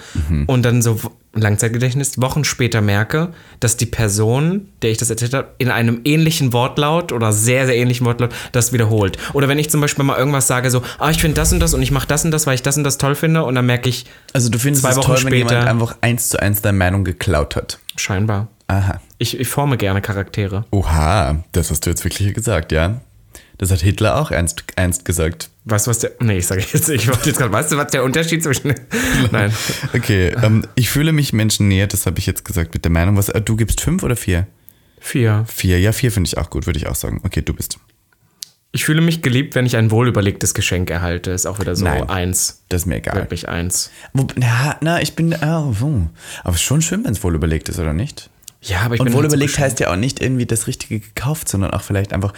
A: und dann so w- Langzeitgedächtnis Wochen später merke, dass die Person, der ich das erzählt habe, in einem ähnlichen Wortlaut oder sehr, sehr ähnlichen Wortlaut das wiederholt. Oder wenn ich zum Beispiel mal irgendwas sage, so, ah, ich finde das und das und ich mache das und das, weil ich das und das toll finde und dann merke ich,
B: Also du findest
A: Zwei
B: es
A: Wochen
B: toll, wenn
A: später-
B: jemand einfach eins zu eins deine Meinung geklaut hat.
A: scheinbar,
B: Aha.
A: ich, ich forme gerne Charaktere.
B: Oha, das hast du jetzt wirklich gesagt, ja? Das hat Hitler auch ernst, ernst gesagt.
A: Weißt du, was der, nee, ich sage jetzt, ich wollte jetzt gerade, weißt du, was der Unterschied zwischen, nein,
B: Okay, ähm, ich fühle mich Menschen näher, das habe ich jetzt gesagt mit der Meinung. Was, äh, du gibst fünf oder vier?
A: vier.
B: Vier, ja, vier finde ich auch gut, würde ich auch sagen. Okay, du bist.
A: Ich fühle mich geliebt, wenn ich ein wohlüberlegtes Geschenk erhalte. Ist auch wieder so
B: Nein.
A: eins.
B: Das ist mir egal.
A: Wirklich eins.
B: Wo, na, na, ich bin. ah, so. Aber es ist schon schön, wenn es wohl überlegt ist, oder nicht?
A: Ja, aber ich
B: Und
A: bin
B: wohl
A: halt so
B: überlegt
A: bescheuert.
B: heißt ja auch nicht irgendwie das Richtige gekauft, sondern auch vielleicht einfach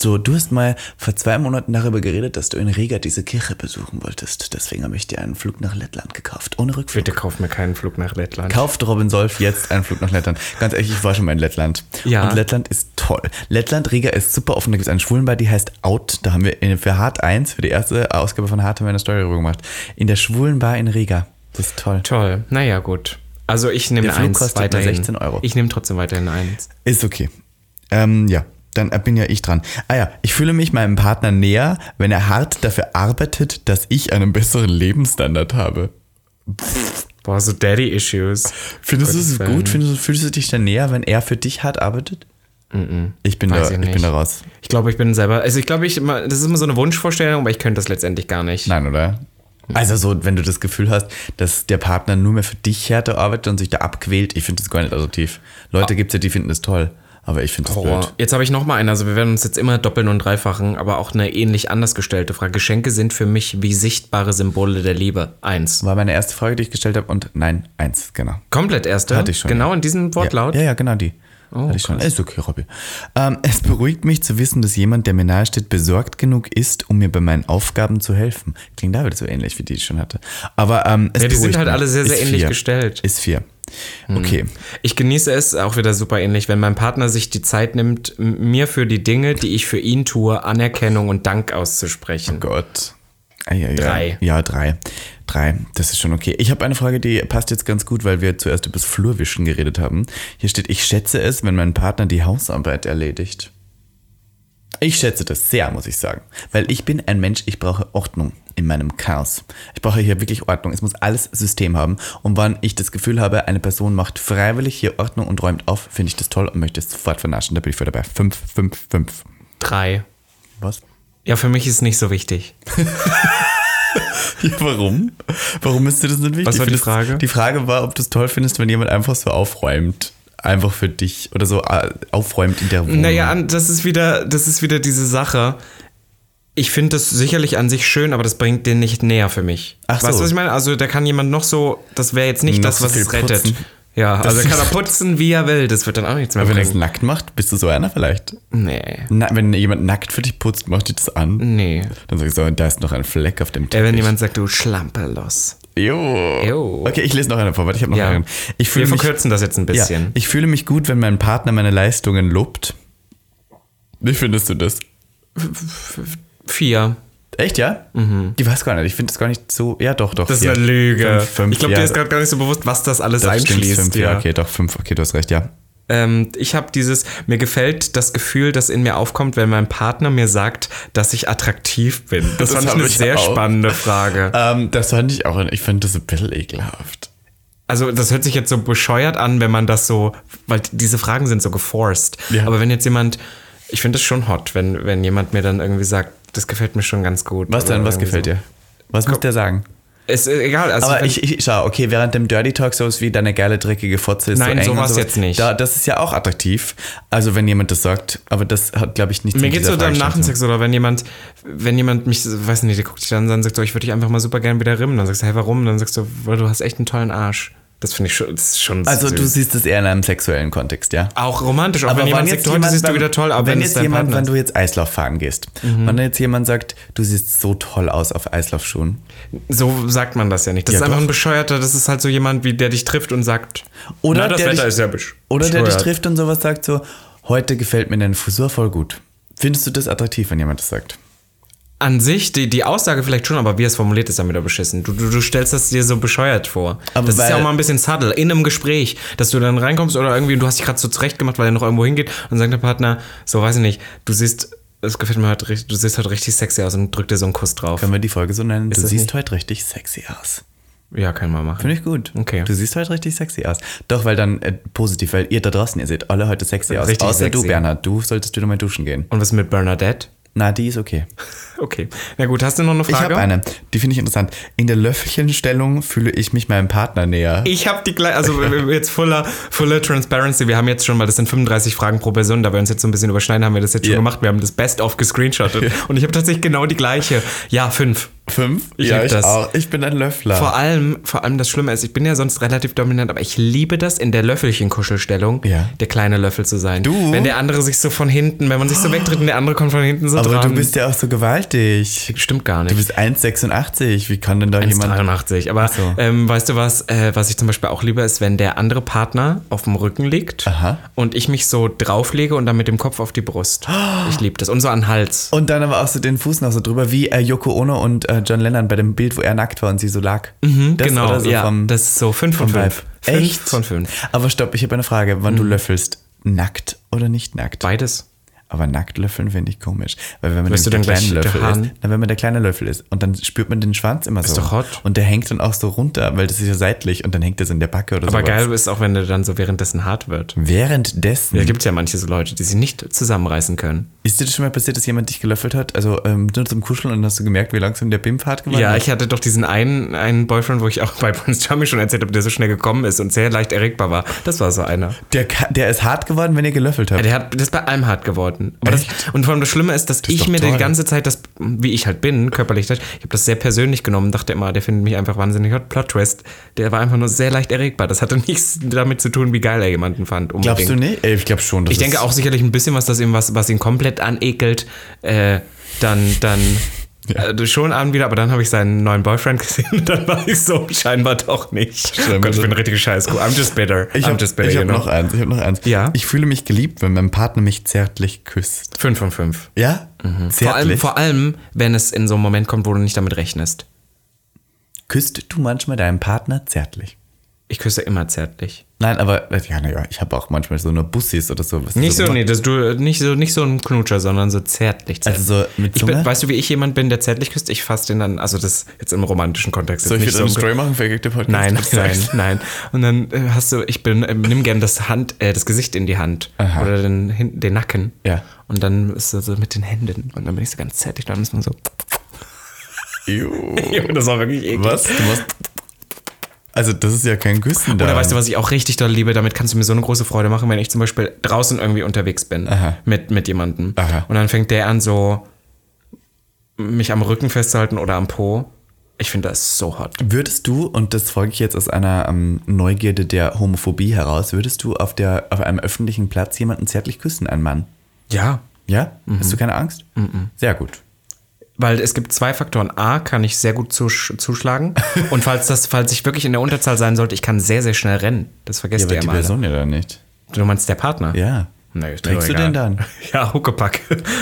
B: So, du hast mal vor zwei Monaten darüber geredet, dass du in Riga diese Kirche besuchen wolltest. Deswegen habe ich dir einen Flug nach Lettland gekauft. Ohne Rückflug.
A: Bitte kauf mir keinen Flug nach Lettland.
B: Kauft Robin Solf jetzt einen Flug nach Lettland. Ganz ehrlich, ich war schon mal in Lettland.
A: Ja.
B: Und Lettland ist toll. Lettland, Riga ist super offen. Da gibt es einen Schwulenbar, die heißt Out. Da haben wir in, für Hart 1, für die erste Ausgabe von Hart haben wir eine Story darüber gemacht. In der Schwulenbar in Riga. Das ist toll.
A: Toll. Naja, gut. Also ich nehme
B: Der Flug
A: eins
B: kostet nur
A: weiterhin.
B: 16 Euro.
A: Ich nehme trotzdem weiterhin eins.
B: Ist okay. Ähm, ja, dann bin ja ich dran. Ah ja, ich fühle mich meinem Partner näher, wenn er hart dafür arbeitet, dass ich einen besseren Lebensstandard habe.
A: Boah, so Daddy-Issues.
B: Findest du es
A: Gottes Willen.
B: gut? Findest du, fühlst du dich dann näher, wenn er für dich hart arbeitet? Ich, bin
A: Weiß
B: da,
A: ich
B: ich,
A: nicht.
B: bin da raus.
A: Ich glaube, ich bin selber. Also ich glaube, ich immer, das ist immer so eine Wunschvorstellung, aber ich könnte das letztendlich gar nicht.
B: Nein, oder? Also so, wenn du das Gefühl hast, dass der Partner nur mehr für dich härter arbeitet und sich da abquält, ich finde das gar nicht attraktiv. Leute gibt's ja, die finden das toll, aber ich finde das
A: Ah. Horror.
B: blöd.
A: Jetzt habe ich noch mal einen. Also wir werden uns jetzt immer doppeln und dreifachen, aber auch eine ähnlich anders gestellte Frage. Geschenke sind für mich wie sichtbare Symbole der Liebe. Eins.
B: War meine erste Frage, die ich gestellt habe und nein, eins, genau.
A: Komplett erste.
B: Hatte ich schon,
A: Genau in diesem Wortlaut. Oh,
B: Ja, ja, ja, genau die. Hatte ich schon. Ist okay, Robby. Ähm, es beruhigt mich zu wissen, dass jemand, der mir nahe steht, besorgt genug ist, um mir bei meinen Aufgaben zu helfen. Klingt da wieder so ähnlich, wie die ich schon hatte. Aber ähm, es
A: Ja, die sind
B: beruhigt
A: halt
B: mich.
A: alle sehr, sehr
B: Ist
A: ähnlich
B: vier.
A: gestellt. Hm.
B: Ist vier. Okay.
A: Ich genieße es auch wieder super ähnlich, wenn mein Partner sich die Zeit nimmt, m- mir für die Dinge, die ich für ihn tue, Anerkennung und Dank auszusprechen.
B: Gott. Ah, ja, ja.
A: Drei.
B: Ja, drei. Drei. Das ist schon okay. Ich habe eine Frage, die passt jetzt ganz gut, weil wir zuerst über das Flurwischen geredet haben. Hier steht, ich schätze es, wenn mein Partner die Hausarbeit erledigt. Ich schätze das sehr, muss ich sagen. Weil ich bin ein Mensch, ich brauche Ordnung in meinem Chaos. Ich brauche hier wirklich Ordnung. Es muss alles System haben. Und wann ich das Gefühl habe, eine Person macht freiwillig hier Ordnung und räumt auf, finde ich das toll und möchte es sofort vernaschen. Da bin ich voll dabei. Fünf, fünf, fünf.
A: Drei.
B: Was?
A: Ja, für mich ist es nicht so wichtig.
B: Ja, warum? Warum ist dir das nicht wichtig?
A: Was war die
B: Findest-
A: Frage?
B: Die Frage war, ob du es toll findest, wenn jemand einfach so aufräumt. Einfach für dich oder so äh, aufräumt in der Wohnung.
A: Naja, an- das ist wieder, das ist wieder diese Sache. Ich finde das sicherlich an sich schön, aber das bringt den nicht näher für mich.
B: Ach so.
A: Weißt du, was ich meine? Also da kann jemand noch so, das wäre jetzt nicht
B: Noch
A: das,
B: so
A: was
B: viel
A: es rettet.
B: putzen.
A: Ja,
B: Das
A: also kann er
B: ist-
A: putzen, wie er will. Das wird dann auch nichts mehr
B: Wenn er es
A: bringen.
B: nackt macht, bist du so einer vielleicht?
A: Nee.
B: Na, wenn jemand nackt für dich putzt, macht dich das an.
A: Nee.
B: Dann sagst du, so, da ist noch ein Fleck auf dem Teppich.
A: Äh, wenn jemand sagt, du Schlampe los.
B: Jo.
A: Jo.
B: Okay, ich lese noch einen vor, warte, ich habe noch
A: Ja.
B: einen. Ich fühle
A: Wir
B: mich,
A: verkürzen das jetzt ein
B: ja,
A: bisschen.
B: ich fühle mich gut, wenn mein Partner meine Leistungen lobt. Wie findest du das?
A: Vier.
B: Echt, ja?
A: Mhm.
B: Die weiß gar nicht. Ich finde das gar nicht so. Ja, doch, doch.
A: Das ist
B: ja.
A: eine Lüge.
B: Fünf, fünf,
A: ich glaube,
B: ja.
A: dir ist gerade gar nicht so bewusst, was das alles
B: Das stimmt,
A: einschließt.
B: fünf, ja. okay, doch, fünf. Okay, du hast recht, ja.
A: Ähm, ich habe dieses, mir gefällt das Gefühl, das in mir aufkommt, wenn mein Partner mir sagt, dass ich attraktiv bin. Das,
B: Das
A: fand ich
B: hab
A: eine
B: ich
A: sehr
B: auch.
A: spannende Frage.
B: Ähm, das fand ich auch. Ich finde das ein bisschen ekelhaft.
A: Also das hört sich jetzt so bescheuert an, wenn man das so, weil diese Fragen sind so geforst.
B: Ja.
A: Aber wenn jetzt jemand, ich finde es schon hot, wenn, wenn jemand mir dann irgendwie sagt, das gefällt mir schon ganz gut.
B: Was
A: Oder
B: denn? Was
A: irgendwie
B: gefällt
A: so.
B: dir? Was muss der sagen?
A: Es ist egal. Also
B: Aber
A: wenn-
B: ich, ich schau, okay, während dem Dirty Talk sowas wie deine geile, dreckige Fotze ist
A: Nein,
B: so eng und
A: sowas jetzt nicht.
B: Da, das ist ja auch attraktiv. Also, wenn jemand das sagt, aber das hat, glaube ich, nichts
A: Mir
B: mit
A: geht's
B: dieser
A: so dann nach dem
B: Fragestellung zu
A: Sex oder wenn jemand, wenn jemand mich, weiß nicht, der guckt dich dann an und sagt so, ich würde dich einfach mal super gern wieder rimmen. Dann sagst du, hey, warum? Dann sagst du, weil du hast echt einen tollen Arsch. Das finde ich schon, das ist schon
B: tun. Also, du
A: süß.
B: siehst es eher in einem sexuellen Kontext, ja?
A: auch romantisch, auch wenn
B: wann
A: jemand sagt, heute siehst du
B: beim-
A: wieder toll, aber
B: wenn,
A: wenn, es
B: jetzt
A: dein
B: jemand,
A: Partner
B: wenn
A: ist. Mhm.
B: du jetzt Eislauf fahren gehst, wenn jetzt jemand sagt, du siehst so toll aus auf Eislaufschuhen,
A: So sagt man das ja nicht. Das
B: Ja,
A: ist einfach
B: doch.
A: ein bescheuerter, das ist halt so jemand, wie der dich trifft und sagt,
B: Oder
A: na, das
B: der
A: Wetter
B: dich-
A: ist ja besch-
B: Oder der dich
A: bescheuert.
B: trifft und sowas sagt so, heute gefällt mir deine Frisur voll gut. Findest du das attraktiv, wenn jemand das sagt?
A: An sich, die, die Aussage vielleicht schon, aber wie es formuliert ist, dann wieder beschissen. Du, du, du stellst das dir so bescheuert vor.
B: Aber
A: das ist ja
B: weil-
A: auch mal ein bisschen subtle in einem Gespräch, dass du dann reinkommst oder irgendwie, du hast dich gerade so zurecht gemacht, weil er noch irgendwo hingeht und sagt der Partner, so weiß ich nicht, du siehst, es gefällt mir halt richtig, du siehst halt richtig sexy aus und drückt dir so einen Kuss drauf.
B: Können wir die Folge so nennen? du
A: das
B: siehst
A: nicht-
B: heute richtig sexy aus.
A: Ja, können wir machen.
B: Finde ich gut.
A: Okay.
B: Du siehst heute richtig sexy aus. Doch, weil dann äh, positiv, weil ihr da draußen, ihr seht alle heute sexy aus.
A: Richtig
B: Außer du,
A: sexy.
B: Bernhard. Du solltest wieder mal duschen gehen.
A: Und was mit Bernadette?
B: Na, die ist okay.
A: Okay. Na gut, hast du noch eine Frage?
B: Ich habe eine, die finde ich interessant. In der Löffelchenstellung fühle ich mich meinem Partner näher.
A: Ich habe die gleiche, also jetzt fuller, fuller Transparency. Wir haben jetzt schon, weil das sind 35 Fragen pro Person, da wir uns jetzt so ein bisschen überschneiden, haben wir das jetzt schon
B: Ja.
A: gemacht. Wir haben das Best-of gescreenshottet. Und ich habe tatsächlich genau die gleiche. Ja, fünf.
B: Fünf?
A: Ich
B: ja,
A: lieb
B: ich
A: das.
B: auch. Ich bin ein Löffler.
A: Vor allem, vor allem das Schlimme ist, ich bin ja sonst relativ dominant, aber ich liebe das in der Löffelchen-Kuschelstellung,
B: Ja.
A: der kleine Löffel zu sein.
B: Du?
A: Wenn der andere sich so von hinten, wenn man sich so wegtritt und der andere kommt von hinten so
B: aber
A: dran.
B: du bist ja auch so gewaltig.
A: Stimmt gar
B: Du
A: nicht.
B: bist 1,86. Wie kann denn da jemand.
A: 1,83. Aber
B: so.
A: ähm, weißt du was, äh, was ich zum Beispiel auch liebe, ist, wenn der andere Partner auf dem Rücken liegt
B: Aha.
A: und ich mich so drauflege und dann mit dem Kopf auf die Brust. Ich liebe das. Und so an den Hals.
B: Und dann aber auch so den Fuß noch so drüber, wie äh, Yoko Ono und äh, John Lennon bei dem Bild, wo er nackt war und sie so lag. Das
A: genau,
B: oder so
A: ja.
B: vom,
A: das ist so 5 von
B: vom
A: 5.
B: Vibe.
A: 5 von Mhm. 5.
B: Aber stopp, ich habe eine Frage. Wann du löffelst, nackt oder nicht nackt?
A: Beides.
B: Aber nackt löffeln finde ich komisch. Weil wenn man
A: Wirst
B: nämlich
A: du
B: der
A: dann
B: kleine
A: gleich
B: Löffel
A: der
B: ist,
A: Hahn?
B: na, wenn man der kleine Löffel ist und dann spürt man den Schwanz immer so.
A: doch hot.
B: Und der hängt dann auch so runter, weil das ist ja seitlich und dann hängt das in der Backe oder so.
A: Aber geil ist auch, wenn der dann so währenddessen hart wird.
B: Währenddessen,
A: Da gibt es ja manche so Leute, die sich nicht zusammenreißen können.
B: ist dir das schon mal passiert, dass jemand dich gelöffelt hat? Also ähm, nur zum Kuscheln und hast du gemerkt, wie langsam der Bimpfhart geworden
A: Ja,
B: ist?
A: ich hatte doch diesen einen, einen Boyfriend, wo ich auch bei Prince Charming schon erzählt habe, der so schnell gekommen ist und sehr leicht erregbar war. Das war so einer.
B: Der, ka- der ist hart geworden, wenn ihr gelöffelt habt.
A: Ja, Der hat das ist bei allem hart geworden. Aber das,
B: Echt?
A: und vor allem das Schlimme ist, dass ich
B: doch
A: mir
B: toll.
A: die ganze Zeit das, wie ich halt bin, körperlich, ich habe das sehr persönlich genommen, dachte immer, der findet mich einfach wahnsinnig hot. Plot Twist, der war einfach nur sehr leicht erregbar. Das hatte nichts damit zu tun, wie geil er jemanden fand. Unbedingt.
B: Glaubst du nicht? Ey, ich glaube schon. dass
A: Ich denke
B: es-
A: auch sicherlich ein bisschen was, das ihm was, was ihn komplett anekelt, äh, dann, dann äh, schon an wieder, aber dann habe ich seinen neuen Boyfriend gesehen und dann war ich so scheinbar doch nicht. Oh
B: Stimmt.
A: Gott, ich bin ein richtiger Scheißkuh. I'm just better.
B: also Ich
A: I'm
B: habe
A: just better,
B: hab noch eins, ich habe noch eins.
A: ne? Ja.
B: Ich fühle mich geliebt, wenn mein Partner mich zärtlich küsst.
A: Fünf von fünf.
B: Ja?
A: Mhm. Vor allem,
B: Zärtlich.
A: vor allem, wenn es in so einem Moment kommt, wo du nicht damit rechnest.
B: Küsst du manchmal deinen Partner zärtlich?
A: Ich küsse immer zärtlich.
B: Nein, aber äh, ja, naja, ich habe auch manchmal so eine Bussis oder so. was
A: Nicht so,
B: immer-
A: nee, dass du nicht so, nicht so ein Knutscher, sondern so zärtlich. zärtlich.
B: Also so mit
A: ich
B: Zunge?
A: bin, weißt du, wie ich jemand bin, der zärtlich küsst? Ich fasse den dann, also das jetzt im romantischen Kontext. jetzt
B: Soll ich
A: nicht
B: jetzt eine
A: so im-
B: Story machen für Erregte Podcast?
A: Nein,
B: Was
A: nein,
B: sagst du?
A: nein. Und dann äh, hast du, ich bin, äh, nimm gern das Hand, äh, das Gesicht in die Hand
B: Aha.
A: oder den, hin, den Nacken.
B: Ja.
A: Und dann ist das so mit den Händen. Und dann bin ich so ganz zärtlich. Dann ist man so.
B: Ew.
A: das war wirklich eklig.
B: Was? Du machst. Also, das ist ja kein Küssen da.
A: Oder weißt du, was ich auch richtig doll liebe? Damit kannst du mir so eine große Freude machen, wenn ich zum Beispiel draußen irgendwie unterwegs bin
B: Aha.
A: mit, mit jemandem.
B: Aha.
A: Und dann fängt der an, so mich am Rücken festzuhalten oder am Po. Ich finde das so hot.
B: Würdest du, und das folge ich jetzt aus einer ähm, Neugierde der Homophobie heraus, würdest du auf, der, auf einem öffentlichen Platz jemanden zärtlich küssen, einen Mann?
A: Ja.
B: Ja?
A: Mhm.
B: Hast du keine Angst? Sehr gut.
A: Weil es gibt zwei Faktoren. A, kann ich sehr gut zusch zuschlagen. Und falls das, falls ich wirklich in der Unterzahl sein sollte, ich kann sehr, sehr schnell rennen. Das
B: Ja,
A: vergesst
B: aber
A: ihr
B: die
A: immer. alle.
B: Person ja dann nicht.
A: Du meinst der Partner?
B: Ja.
A: Nee, ist mir
B: Trägst du
A: egal.
B: den dann?
A: Ja, Huckepack.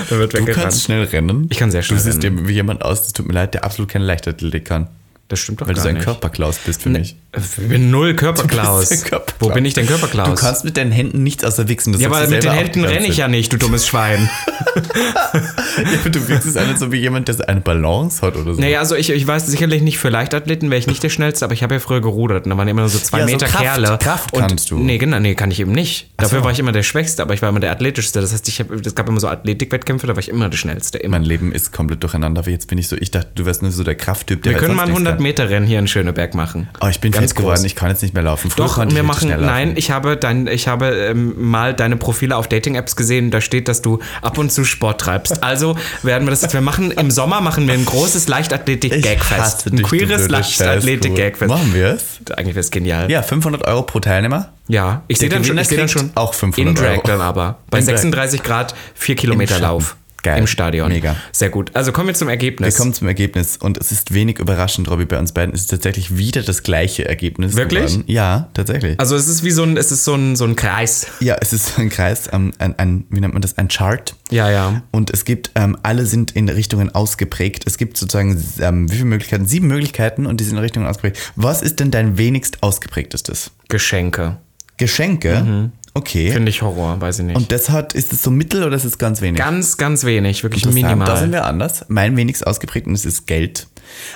A: da wird
B: Du kannst
A: weggerannt.
B: schnell rennen.
A: Ich kann sehr schnell
B: Du siehst dir wie jemand aus, das tut mir leid, der absolut kein Leichtathletik kann.
A: Das stimmt doch
B: Weil du
A: gar
B: so ein
A: nicht.
B: Körperklaus bist für mich.
A: Ich bin null Körperklaus.
B: Du bist der Körperklaus.
A: Wo bin ich denn Körperklaus?
B: Du kannst mit deinen Händen nichts außer wichsen. Das
A: ja,
B: sagst
A: aber
B: du
A: mit den
B: selber auch
A: Händen
B: die
A: renne ich
B: ganze
A: ja nicht, du dummes Schwein.
B: Zeit. Ja, du wirkst es an, als ob jemand, der so eine Balance hat oder so.
A: naja, also ich, ich weiß sicherlich nicht, für Leichtathleten wäre ich nicht der Schnellste, aber ich habe ja früher gerudert und da waren immer nur so zwei
B: Ja, so
A: Meter
B: Kraft-
A: Kerle.
B: Kraft
A: und,
B: kannst du.
A: Nee, genau, nee, kann ich eben nicht. Dafür
B: so.
A: war ich immer der Schwächste, aber ich war immer der Athletischste. Das heißt, ich hab, es gab immer so Athletikwettkämpfe, da war ich immer der Schnellste. Immer.
B: Mein Leben ist komplett durcheinander, aber jetzt bin ich so, ich dachte, du wärst nur so der Krafttyp, der
A: Wir
B: halt
A: können mal
B: sonst
A: ein
B: nichts
A: 100 Meter Rennen hier in Schöneberg machen.
B: kann. Oh, ich bin
A: Ganz
B: fett geworden,
A: groß.
B: ich kann jetzt nicht mehr laufen. Früher
A: Doch,
B: konnte
A: wir
B: ich
A: machen.
B: richtig schnell laufen.
A: Nein, ich habe dein, ich habe ähm, mal deine Profile auf Dating-Apps gesehen. Da steht, dass du ab und zu Sport treibst. Also werden wir das jetzt. Wir machen im Sommer machen wir ein großes Leichtathletik-Gagfest.
B: hasse
A: Ein
B: dich, du
A: queeres
B: blöde Scheißkuh.
A: Leichtathletik-Gagfest.
B: Machen wir es?
A: Eigentlich wäre es genial.
B: Ja, 500 Euro pro Teilnehmer.
A: Ja, ich sehe
B: Der
A: dann schon,
B: Gewinner
A: ich sehe dann
B: kriegt
A: schon
B: auch 500
A: in Drag
B: Euro.
A: dann aber bei
B: In Drag.
A: 36 Grad 4 Kilometer
B: Schatten.
A: Lauf
B: Geil.
A: im Stadion.
B: Mega.
A: Sehr gut. Also kommen wir zum
B: Wir
A: Ergebnis.
B: kommen zum Ergebnis und es ist wenig überraschend, Robby, bei uns beiden ist tatsächlich wieder das gleiche Ergebnis.
A: Wirklich?
B: Geworden. Ja, tatsächlich.
A: also es ist wie so ein es ist so ein so ein Kreis.
B: ja, es ist ein Kreis, ähm, ein, ein, wie nennt man das, ein Chart.
A: Ja, ja.
B: Und es gibt, ähm, alle sind in Richtungen ausgeprägt. Es gibt sozusagen, ähm, wie viele Möglichkeiten? Sieben Möglichkeiten und die sind in Richtungen ausgeprägt. Was ist denn dein wenigst ausgeprägtestes?
A: Geschenke.
B: Geschenke?
A: Mhm.
B: Okay.
A: Finde ich Horror, weiß ich nicht.
B: und deshalb ist es so mittel oder ist es ganz wenig?
A: ganz ganz wenig, wirklich
B: Interessant.
A: minimal.
B: Da sind wir anders. Mein wenigst ausgeprägtes ist Geld.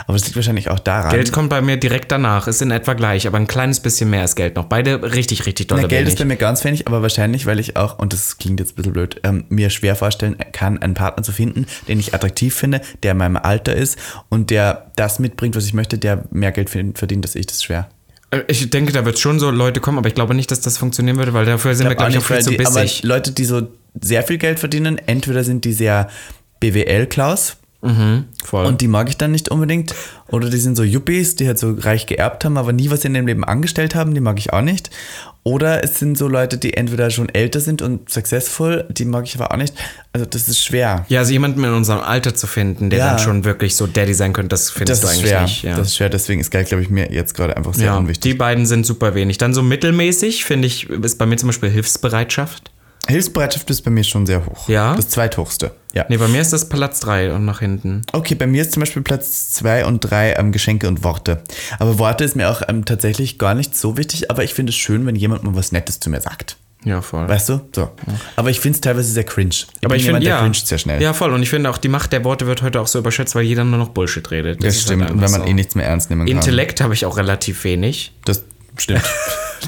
B: Aber das liegt wahrscheinlich auch daran.
A: Geld kommt bei mir direkt danach, ist in etwa gleich, aber ein kleines bisschen mehr ist Geld noch. Beide richtig, richtig doll.
B: Na, Geld ist
A: wenig.
B: bei mir ganz wenig, aber wahrscheinlich, weil ich auch, und das klingt jetzt ein bisschen blöd, ähm, mir schwer vorstellen kann, einen Partner zu finden, den ich attraktiv finde, der in meinem Alter ist und der das mitbringt, was ich möchte, der mehr Geld fin- verdient als ich, das ist schwer.
A: Äh, Ich denke, da wird schon so Leute kommen, aber ich glaube nicht, dass das funktionieren würde, weil dafür sind wir, glaube ich, auch viel
B: weil
A: zu
B: die, aber
A: bissig.
B: Leute, die so sehr viel Geld verdienen, entweder sind die sehr BWL-Klaus
A: Voll.
B: Und die mag ich dann nicht unbedingt. Oder die sind so Yuppies, die halt so reich geerbt haben, aber nie was in ihrem Leben angestellt haben, die mag ich auch nicht. Oder es sind so Leute, die entweder schon älter sind und successful, die mag ich aber auch nicht. Also das ist schwer.
A: ja, also jemanden in unserem Alter zu finden, der
B: Ja.
A: dann schon wirklich so Daddy sein könnte, das findest
B: Das
A: du
B: ist
A: eigentlich
B: schwer.
A: nicht. Ja.
B: Das ist schwer, deswegen ist Geld, glaube ich, mir jetzt gerade einfach sehr
A: ja,
B: unwichtig.
A: die beiden sind super wenig. Dann so mittelmäßig, finde ich, ist bei mir zum Beispiel Hilfsbereitschaft.
B: Hilfsbereitschaft ist bei mir schon sehr hoch.
A: Ja?
B: Das zweithochste. Ja.
A: Nee, bei mir ist das Platz 3 und nach hinten.
B: Okay, bei mir ist zum Beispiel Platz 2 und 3 ähm, Geschenke und Worte. Aber Worte ist mir auch ähm, tatsächlich gar nicht so wichtig, aber ich finde es schön, wenn jemand mal was Nettes zu mir sagt.
A: Ja, voll.
B: Weißt du? So. Aber ich finde es teilweise sehr cringe. Ich
A: Aber
B: bin
A: ich finde,
B: der
A: ja.
B: cringe sehr schnell.
A: Ja, voll. Und ich finde auch, die Macht der Worte wird heute auch so überschätzt, weil jeder nur noch Bullshit redet.
B: das
A: ist
B: stimmt.
A: halt
B: Und wenn
A: einfach
B: man
A: so.
B: eh nichts mehr ernst nehmen kann.
A: Intellekt habe ich auch relativ wenig.
B: Das stimmt.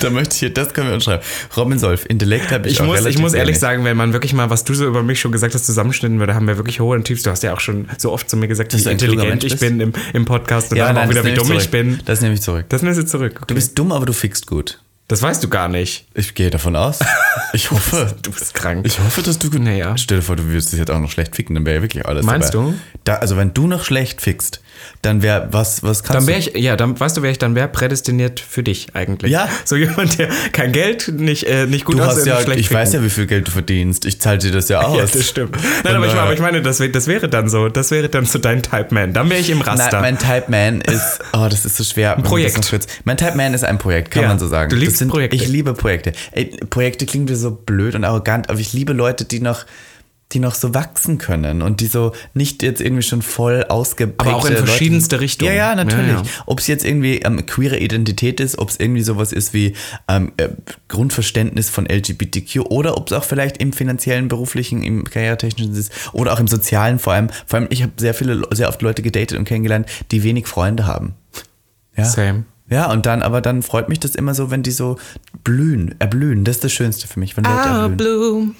B: da möchte ich, hier- das können wir uns schreiben. Robin Solf, Intellekt habe ich,
A: Ich
B: auch
A: muss, ich
B: relativ
A: muss ehrlich
B: wenig.
A: sagen, wenn man wirklich mal, was du so über mich schon gesagt hast, zusammenschnitten würde, haben wir wirklich hohe und tiefst. Du hast ja auch schon so oft zu mir gesagt, wie
B: du ein kluger
A: intelligent
B: Mensch
A: ich
B: bist.
A: bin im, im Podcast und
B: Ja,
A: dann
B: nein,
A: auch wieder,
B: das
A: wie
B: nehme ich
A: dumm
B: zurück.
A: ich bin.
B: Das nehme ich zurück.
A: Das nimmst du zurück.
B: Du bist dumm, aber du fixt gut.
A: Das weißt du gar nicht.
B: Ich gehe davon aus. Ich hoffe.
A: Du bist krank.
B: Ich hoffe, dass du gut.
A: Naja.
B: Stell dir vor, du würdest dich jetzt auch noch schlecht ficken, dann wäre ja wirklich alles.
A: Meinst
B: dabei.
A: du?
B: Da, also, wenn du noch schlecht fickst, dann wäre was, was kannst
A: Dann
B: du?
A: wäre ich, ja, dann weißt du, wer ich dann wäre, prädestiniert für dich eigentlich.
B: Ja.
A: So jemand, der kein Geld, nicht, äh, nicht gut
B: Du hast
A: aussehen,
B: ja,
A: nicht schlecht
B: ich
A: ficken.
B: weiß ja, wie viel Geld du verdienst. Ich zahle dir das ja aus.
A: Ja, Oh, das stimmt. Nein, aber ich, aber ich meine, das, wär- das wäre dann so. Das wäre dann so dein Type Man. Dann wäre ich im Raster.
B: Nein, mein Type Man ist, oh, das ist so schwer. Ein
A: Projekt.
B: Mein Type Man ist ein Projekt, kann
A: Ja,
B: man so sagen.
A: du liebst
B: das sind,
A: Projekte.
B: Ich liebe Projekte. Ey, Projekte klingen mir so blöd und arrogant, aber ich liebe Leute, die noch, die noch so wachsen können und die so nicht jetzt irgendwie schon voll ausgeprägte
A: Aber auch in
B: Leute-
A: verschiedenste Richtungen.
B: Ja, ja, natürlich.
A: Ja, ja.
B: Ob es jetzt irgendwie ähm, queere Identität ist, ob es irgendwie sowas ist wie ähm, äh, Grundverständnis von LGBTQ oder ob es auch vielleicht im finanziellen, beruflichen, im karrieretechnischen ist oder auch im sozialen vor allem. Vor allem, ich habe sehr viele, sehr oft Leute gedatet und kennengelernt, die wenig Freunde haben. Ja.
A: Same.
B: Ja, und dann, aber dann freut mich das immer so, wenn die so blühen, erblühen. Das ist das Schönste für mich, wenn
A: Ah,
B: Leute erblühen.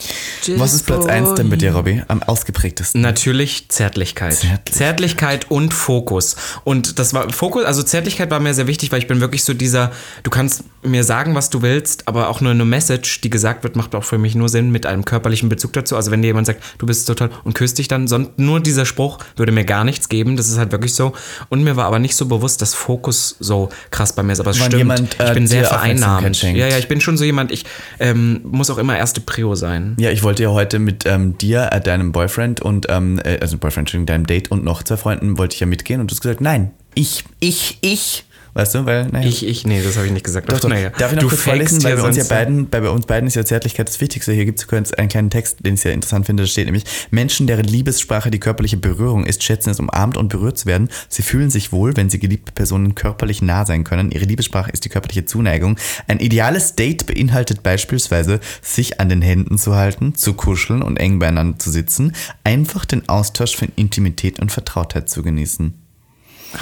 B: Was ist Platz 1 denn bei dir, Robby? Am ausgeprägtesten.
A: Natürlich Zärtlichkeit.
B: Zärtlich.
A: Zärtlichkeit und Fokus. Und das war Fokus, also Zärtlichkeit war mir sehr wichtig, weil ich bin wirklich so dieser, du kannst mir sagen, was du willst, aber auch nur eine Message, die gesagt wird, macht auch für mich nur Sinn mit einem körperlichen Bezug dazu. Also wenn dir jemand sagt, du bist total und küsst dich dann, sonst nur dieser Spruch würde mir gar nichts geben. Das ist halt wirklich so. Und mir war aber nicht so bewusst, dass Fokus so krass bei mir ist. Aber es
B: Wann
A: stimmt,
B: jemand, äh,
A: ich bin sehr
B: dir Aufmerksamkeit
A: vereinnahmt.
B: schenkt.
A: Ja, ja, ich bin schon so jemand, ich ähm, muss auch immer erste Prio sein.
B: Ja, ich wollte ja heute mit ähm, dir, äh, deinem Boyfriend und, ähm, äh, also Boyfriend, Entschuldigung, deinem Date und noch zwei Freunden wollte ich ja mitgehen und du hast gesagt, nein, ich, ich, ich. Weißt du, weil, naja.
A: Ich, ich, nee, das habe ich nicht gesagt.
B: Doch, doch.
A: Naja.
B: Darf ich noch
A: Du
B: kurz
A: fakest
B: vorlesen, weil
A: ja
B: bei uns, ja
A: sonst- ne?
B: beiden, bei, bei uns beiden ist ja Zärtlichkeit das Wichtigste. Hier gibt es einen kleinen Text, den ich sehr interessant finde. Da steht nämlich, Menschen, deren Liebessprache die körperliche Berührung ist, schätzen es, umarmt und berührt zu werden. Sie fühlen sich wohl, wenn sie geliebte Personen körperlich nah sein können. Ihre Liebessprache ist die körperliche Zuneigung. Ein ideales Date beinhaltet beispielsweise, sich an den Händen zu halten, zu kuscheln und eng beieinander zu sitzen, einfach den Austausch von Intimität und Vertrautheit zu genießen.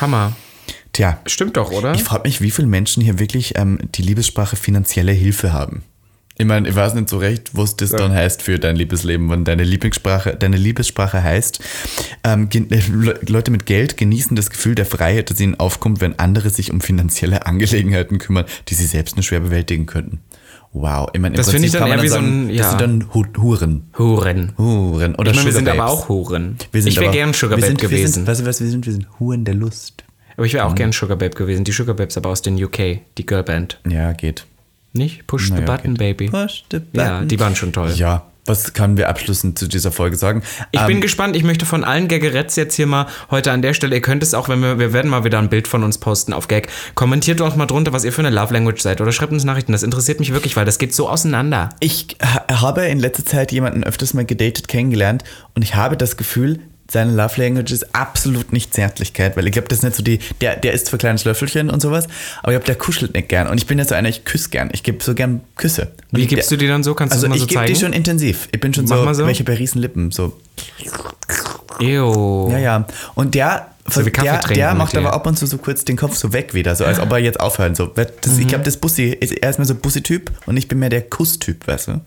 A: Hammer.
B: Tja,
A: Stimmt doch, oder?
B: ich frage mich, wie viele Menschen hier wirklich ähm, die Liebessprache finanzielle Hilfe haben. Ich meine, ich weiß nicht so recht, was das dann heißt für dein Liebesleben, wenn deine Lieblingssprache, deine Liebessprache heißt, ähm, gen- Le- Leute mit Geld genießen das Gefühl der Freiheit, das ihnen aufkommt, wenn andere sich um finanzielle Angelegenheiten kümmern, die sie selbst nur schwer bewältigen könnten. Wow, ich meine, im
A: Das finde ich dann eher wie so ein-
B: das
A: ja.
B: sind dann Hu- Huren.
A: Huren.
B: Huren oder
A: Ich meine, wir
B: Sugar
A: sind aber
B: Babes.
A: auch Huren.
B: Wir sind
A: ich wäre
B: aber-
A: gern Sugar Babe
B: wir sind, Wir
A: gewesen.
B: sind, weißt du, was wir sind? Wir sind Huren der Lust.
A: aber ich wäre
B: Mhm.
A: auch gern Sugar Babe gewesen. Die Sugar Babes aber aus den UK, die Girlband.
B: Ja, geht.
A: Nicht? Push the
B: Naja,
A: Button,
B: geht.
A: Baby.
B: Push the
A: Ja,
B: button.
A: die waren schon toll.
B: Ja, was können wir abschließend zu dieser Folge sagen? Ähm,
A: Ich bin gespannt, ich möchte von allen Gaggeretts jetzt hier mal heute an der Stelle, ihr könnt es auch, wenn wir, wir werden mal wieder ein Bild von uns posten auf Gag. Kommentiert doch mal drunter, was ihr für eine Love Language seid oder schreibt uns Nachrichten. Das interessiert mich wirklich, weil das geht so auseinander.
B: ich ha- habe in letzter Zeit jemanden öfters mal gedatet kennengelernt und ich habe das Gefühl, seine Love Language ist absolut nicht Zärtlichkeit, weil ich glaube, das ist nicht so die, der, der isst für kleines Löffelchen und sowas, aber ich glaube, der kuschelt nicht gern. Und ich bin ja so einer, ich küsse gern. Ich gebe so gern Küsse. Und
A: Wie
B: ich-
A: gibst du die dann so? Kannst du
B: Also
A: das mal
B: ich
A: so
B: gebe
A: zeigen?
B: die schon intensiv. Ich bin schon
A: Mach
B: so,
A: mal so.
B: welche bei Riesenlippen, so
A: Ew.
B: Ja, ja. Und der,
A: wie Kaffee
B: der,
A: trinken
B: der
A: mit
B: macht
A: dir.
B: aber ab und zu so kurz den Kopf so weg wieder, so als ob er jetzt aufhören soll. Weil Das,
A: Mhm.
B: Ich glaube, das Bussi, ist, er ist mehr so Bussi-Typ und ich bin mehr der Kuss-Typ, weißt du?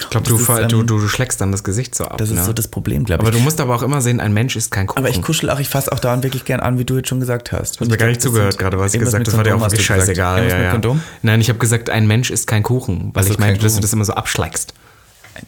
A: Ich glaube, du,
B: Das ist,
A: ver-
B: ähm,
A: du, du, du schlägst dann das Gesicht so ab.
B: Das
A: ne?
B: ist so das Problem, glaube ich.
A: aber du musst aber auch immer sehen, ein Mensch ist kein Kuchen.
B: aber ich kuschel auch, ich fasse auch dauernd wirklich gern an, wie du jetzt schon gesagt hast. Hast
A: Ich habe gar nicht zugehört gerade, was ich gesagt habe. Das war dir auch wirklich scheißegal.
B: Irgendwas
A: Ja,
B: mit
A: ja.
B: Kondom?
A: Nein, ich habe gesagt, ein Mensch ist kein Kuchen, weil
B: so,
A: ich meine,
B: kein
A: dass du
B: Kuchen.
A: das immer so abschlägst.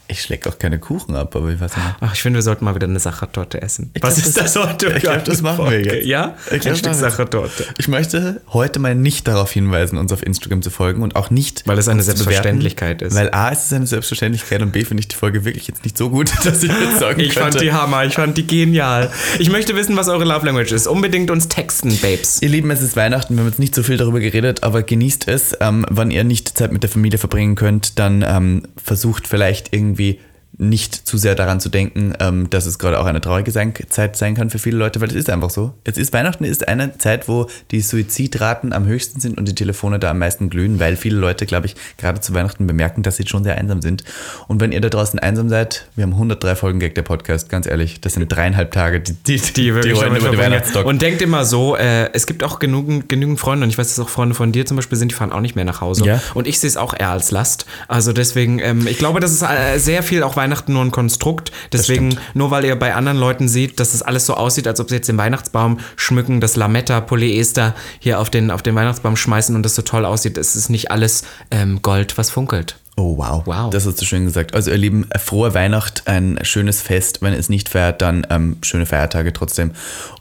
B: Ich schläg auch keine Kuchen ab, aber ich weiß nicht.
A: Ach, ich finde, wir sollten mal wieder eine Sachertorte essen.
B: Ich
A: Was
B: glaub,
A: ist
B: das-
A: das heute?
B: ich glaub, das machen wir jetzt.
A: Ja?
B: Ich glaub,
A: ein Stück
B: das machen wir jetzt.
A: Sachertorte.
B: Ich möchte heute mal nicht darauf hinweisen, uns auf Instagram zu folgen und auch nicht.
A: Weil es eine
B: uns zu
A: Selbstverständlichkeit
B: bewerten,
A: ist.
B: Weil A, es ist eine Selbstverständlichkeit und B, finde ich die Folge wirklich jetzt nicht so gut, dass ich jetzt sagen
A: Ich
B: könnte.
A: fand die Hammer, ich fand die genial. Ich möchte wissen, was eure Love Language ist. Unbedingt uns texten, Babes.
B: Ihr Lieben, es ist Weihnachten, wir haben jetzt nicht so viel darüber geredet, aber genießt es. Ähm, wann ihr nicht Zeit mit der Familie verbringen könnt, dann ähm, versucht vielleicht irgendwie nicht zu sehr daran zu denken, ähm, dass es gerade auch eine traurige sein, Zeit sein kann für viele Leute, weil es ist einfach so. Es ist Weihnachten ist eine Zeit, wo die Suizidraten am höchsten sind und die Telefone da am meisten glühen, weil viele Leute, glaube ich, gerade zu Weihnachten bemerken, dass sie schon sehr einsam sind. Und wenn ihr da draußen einsam seid, wir haben 103 Folgen Gag der Podcast, ganz ehrlich, das sind dreieinhalb Tage, die, die,
A: Die wirklich
B: rollen
A: damit
B: über die
A: verbringen.
B: Weihnachtsdocke.
A: Und denkt immer so, äh, es gibt auch genügend, genügend Freunde, und ich weiß, dass auch Freunde von dir zum Beispiel sind, die fahren auch nicht mehr nach Hause.
B: Ja.
A: Und ich sehe es auch eher als Last. Also deswegen, ähm, ich glaube, das ist äh, sehr viel auch Weihnachten nur ein Konstrukt. Deswegen, nur weil ihr bei anderen Leuten seht, dass es alles so aussieht, als ob sie jetzt den Weihnachtsbaum schmücken, das Lametta, Polyester hier auf den, auf den Weihnachtsbaum schmeißen und das so toll aussieht, es ist nicht alles ähm, Gold, was funkelt.
B: Oh, wow.
A: Wow.
B: Das hast du schön gesagt. Also, ihr Lieben, frohe Weihnacht, ein schönes Fest. Wenn ihr es nicht feiert, dann ähm, schöne Feiertage trotzdem.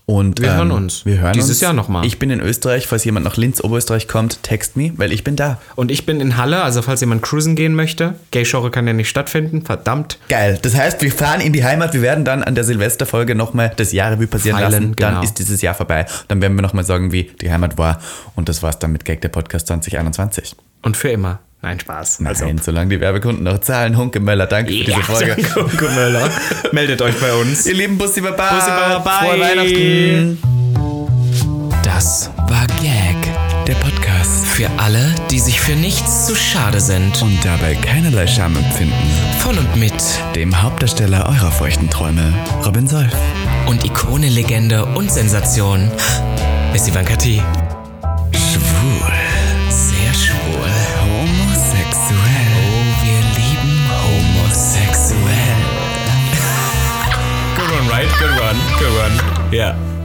B: Und,
A: Wir
B: ähm,
A: hören uns.
B: Wir hören
A: Dieses
B: uns.
A: Jahr noch mal.
B: Ich bin in Österreich. Falls jemand nach Linz, Oberösterreich kommt, text me, weil ich bin da.
A: Und ich bin in Halle, also falls jemand cruisen gehen möchte, Gay-Shore kann ja nicht stattfinden, verdammt.
B: Geil. Das heißt, wir fahren in die Heimat. Wir werden dann an der Silvesterfolge nochmal das Jahr wie passieren
A: Feilen,
B: lassen. Dann
A: genau.
B: ist dieses Jahr vorbei. Dann werden wir nochmal sagen, wie die Heimat war. Und das war's dann mit Gag der Podcast 2021.
A: Und für immer. Nein, Spaß. Also,
B: Nein, solange die Werbekunden noch zahlen. Hunke Möller, danke für diese Folge.
A: Folge. Meldet euch bei uns.
B: Ihr lieben Bussi Baba.
A: Bussi Baba.
B: Äh, Frohe Weihnachten.
A: Das war Gag.
B: Der Podcast.
A: Für alle, die sich für nichts zu schade sind.
B: und dabei keinerlei Scham empfinden.
A: Von und mit.
B: Dem Hauptdarsteller eurer feuchten Träume, Robin Solf.
A: Und Ikone, Legende und Sensation. Ist Ivanka T.
B: Schwul.
A: Sehr schwul.
B: Homosexuell.
A: Oh, wir lieben homosexuell.
B: Good one, right? Good one. Good one. Yeah.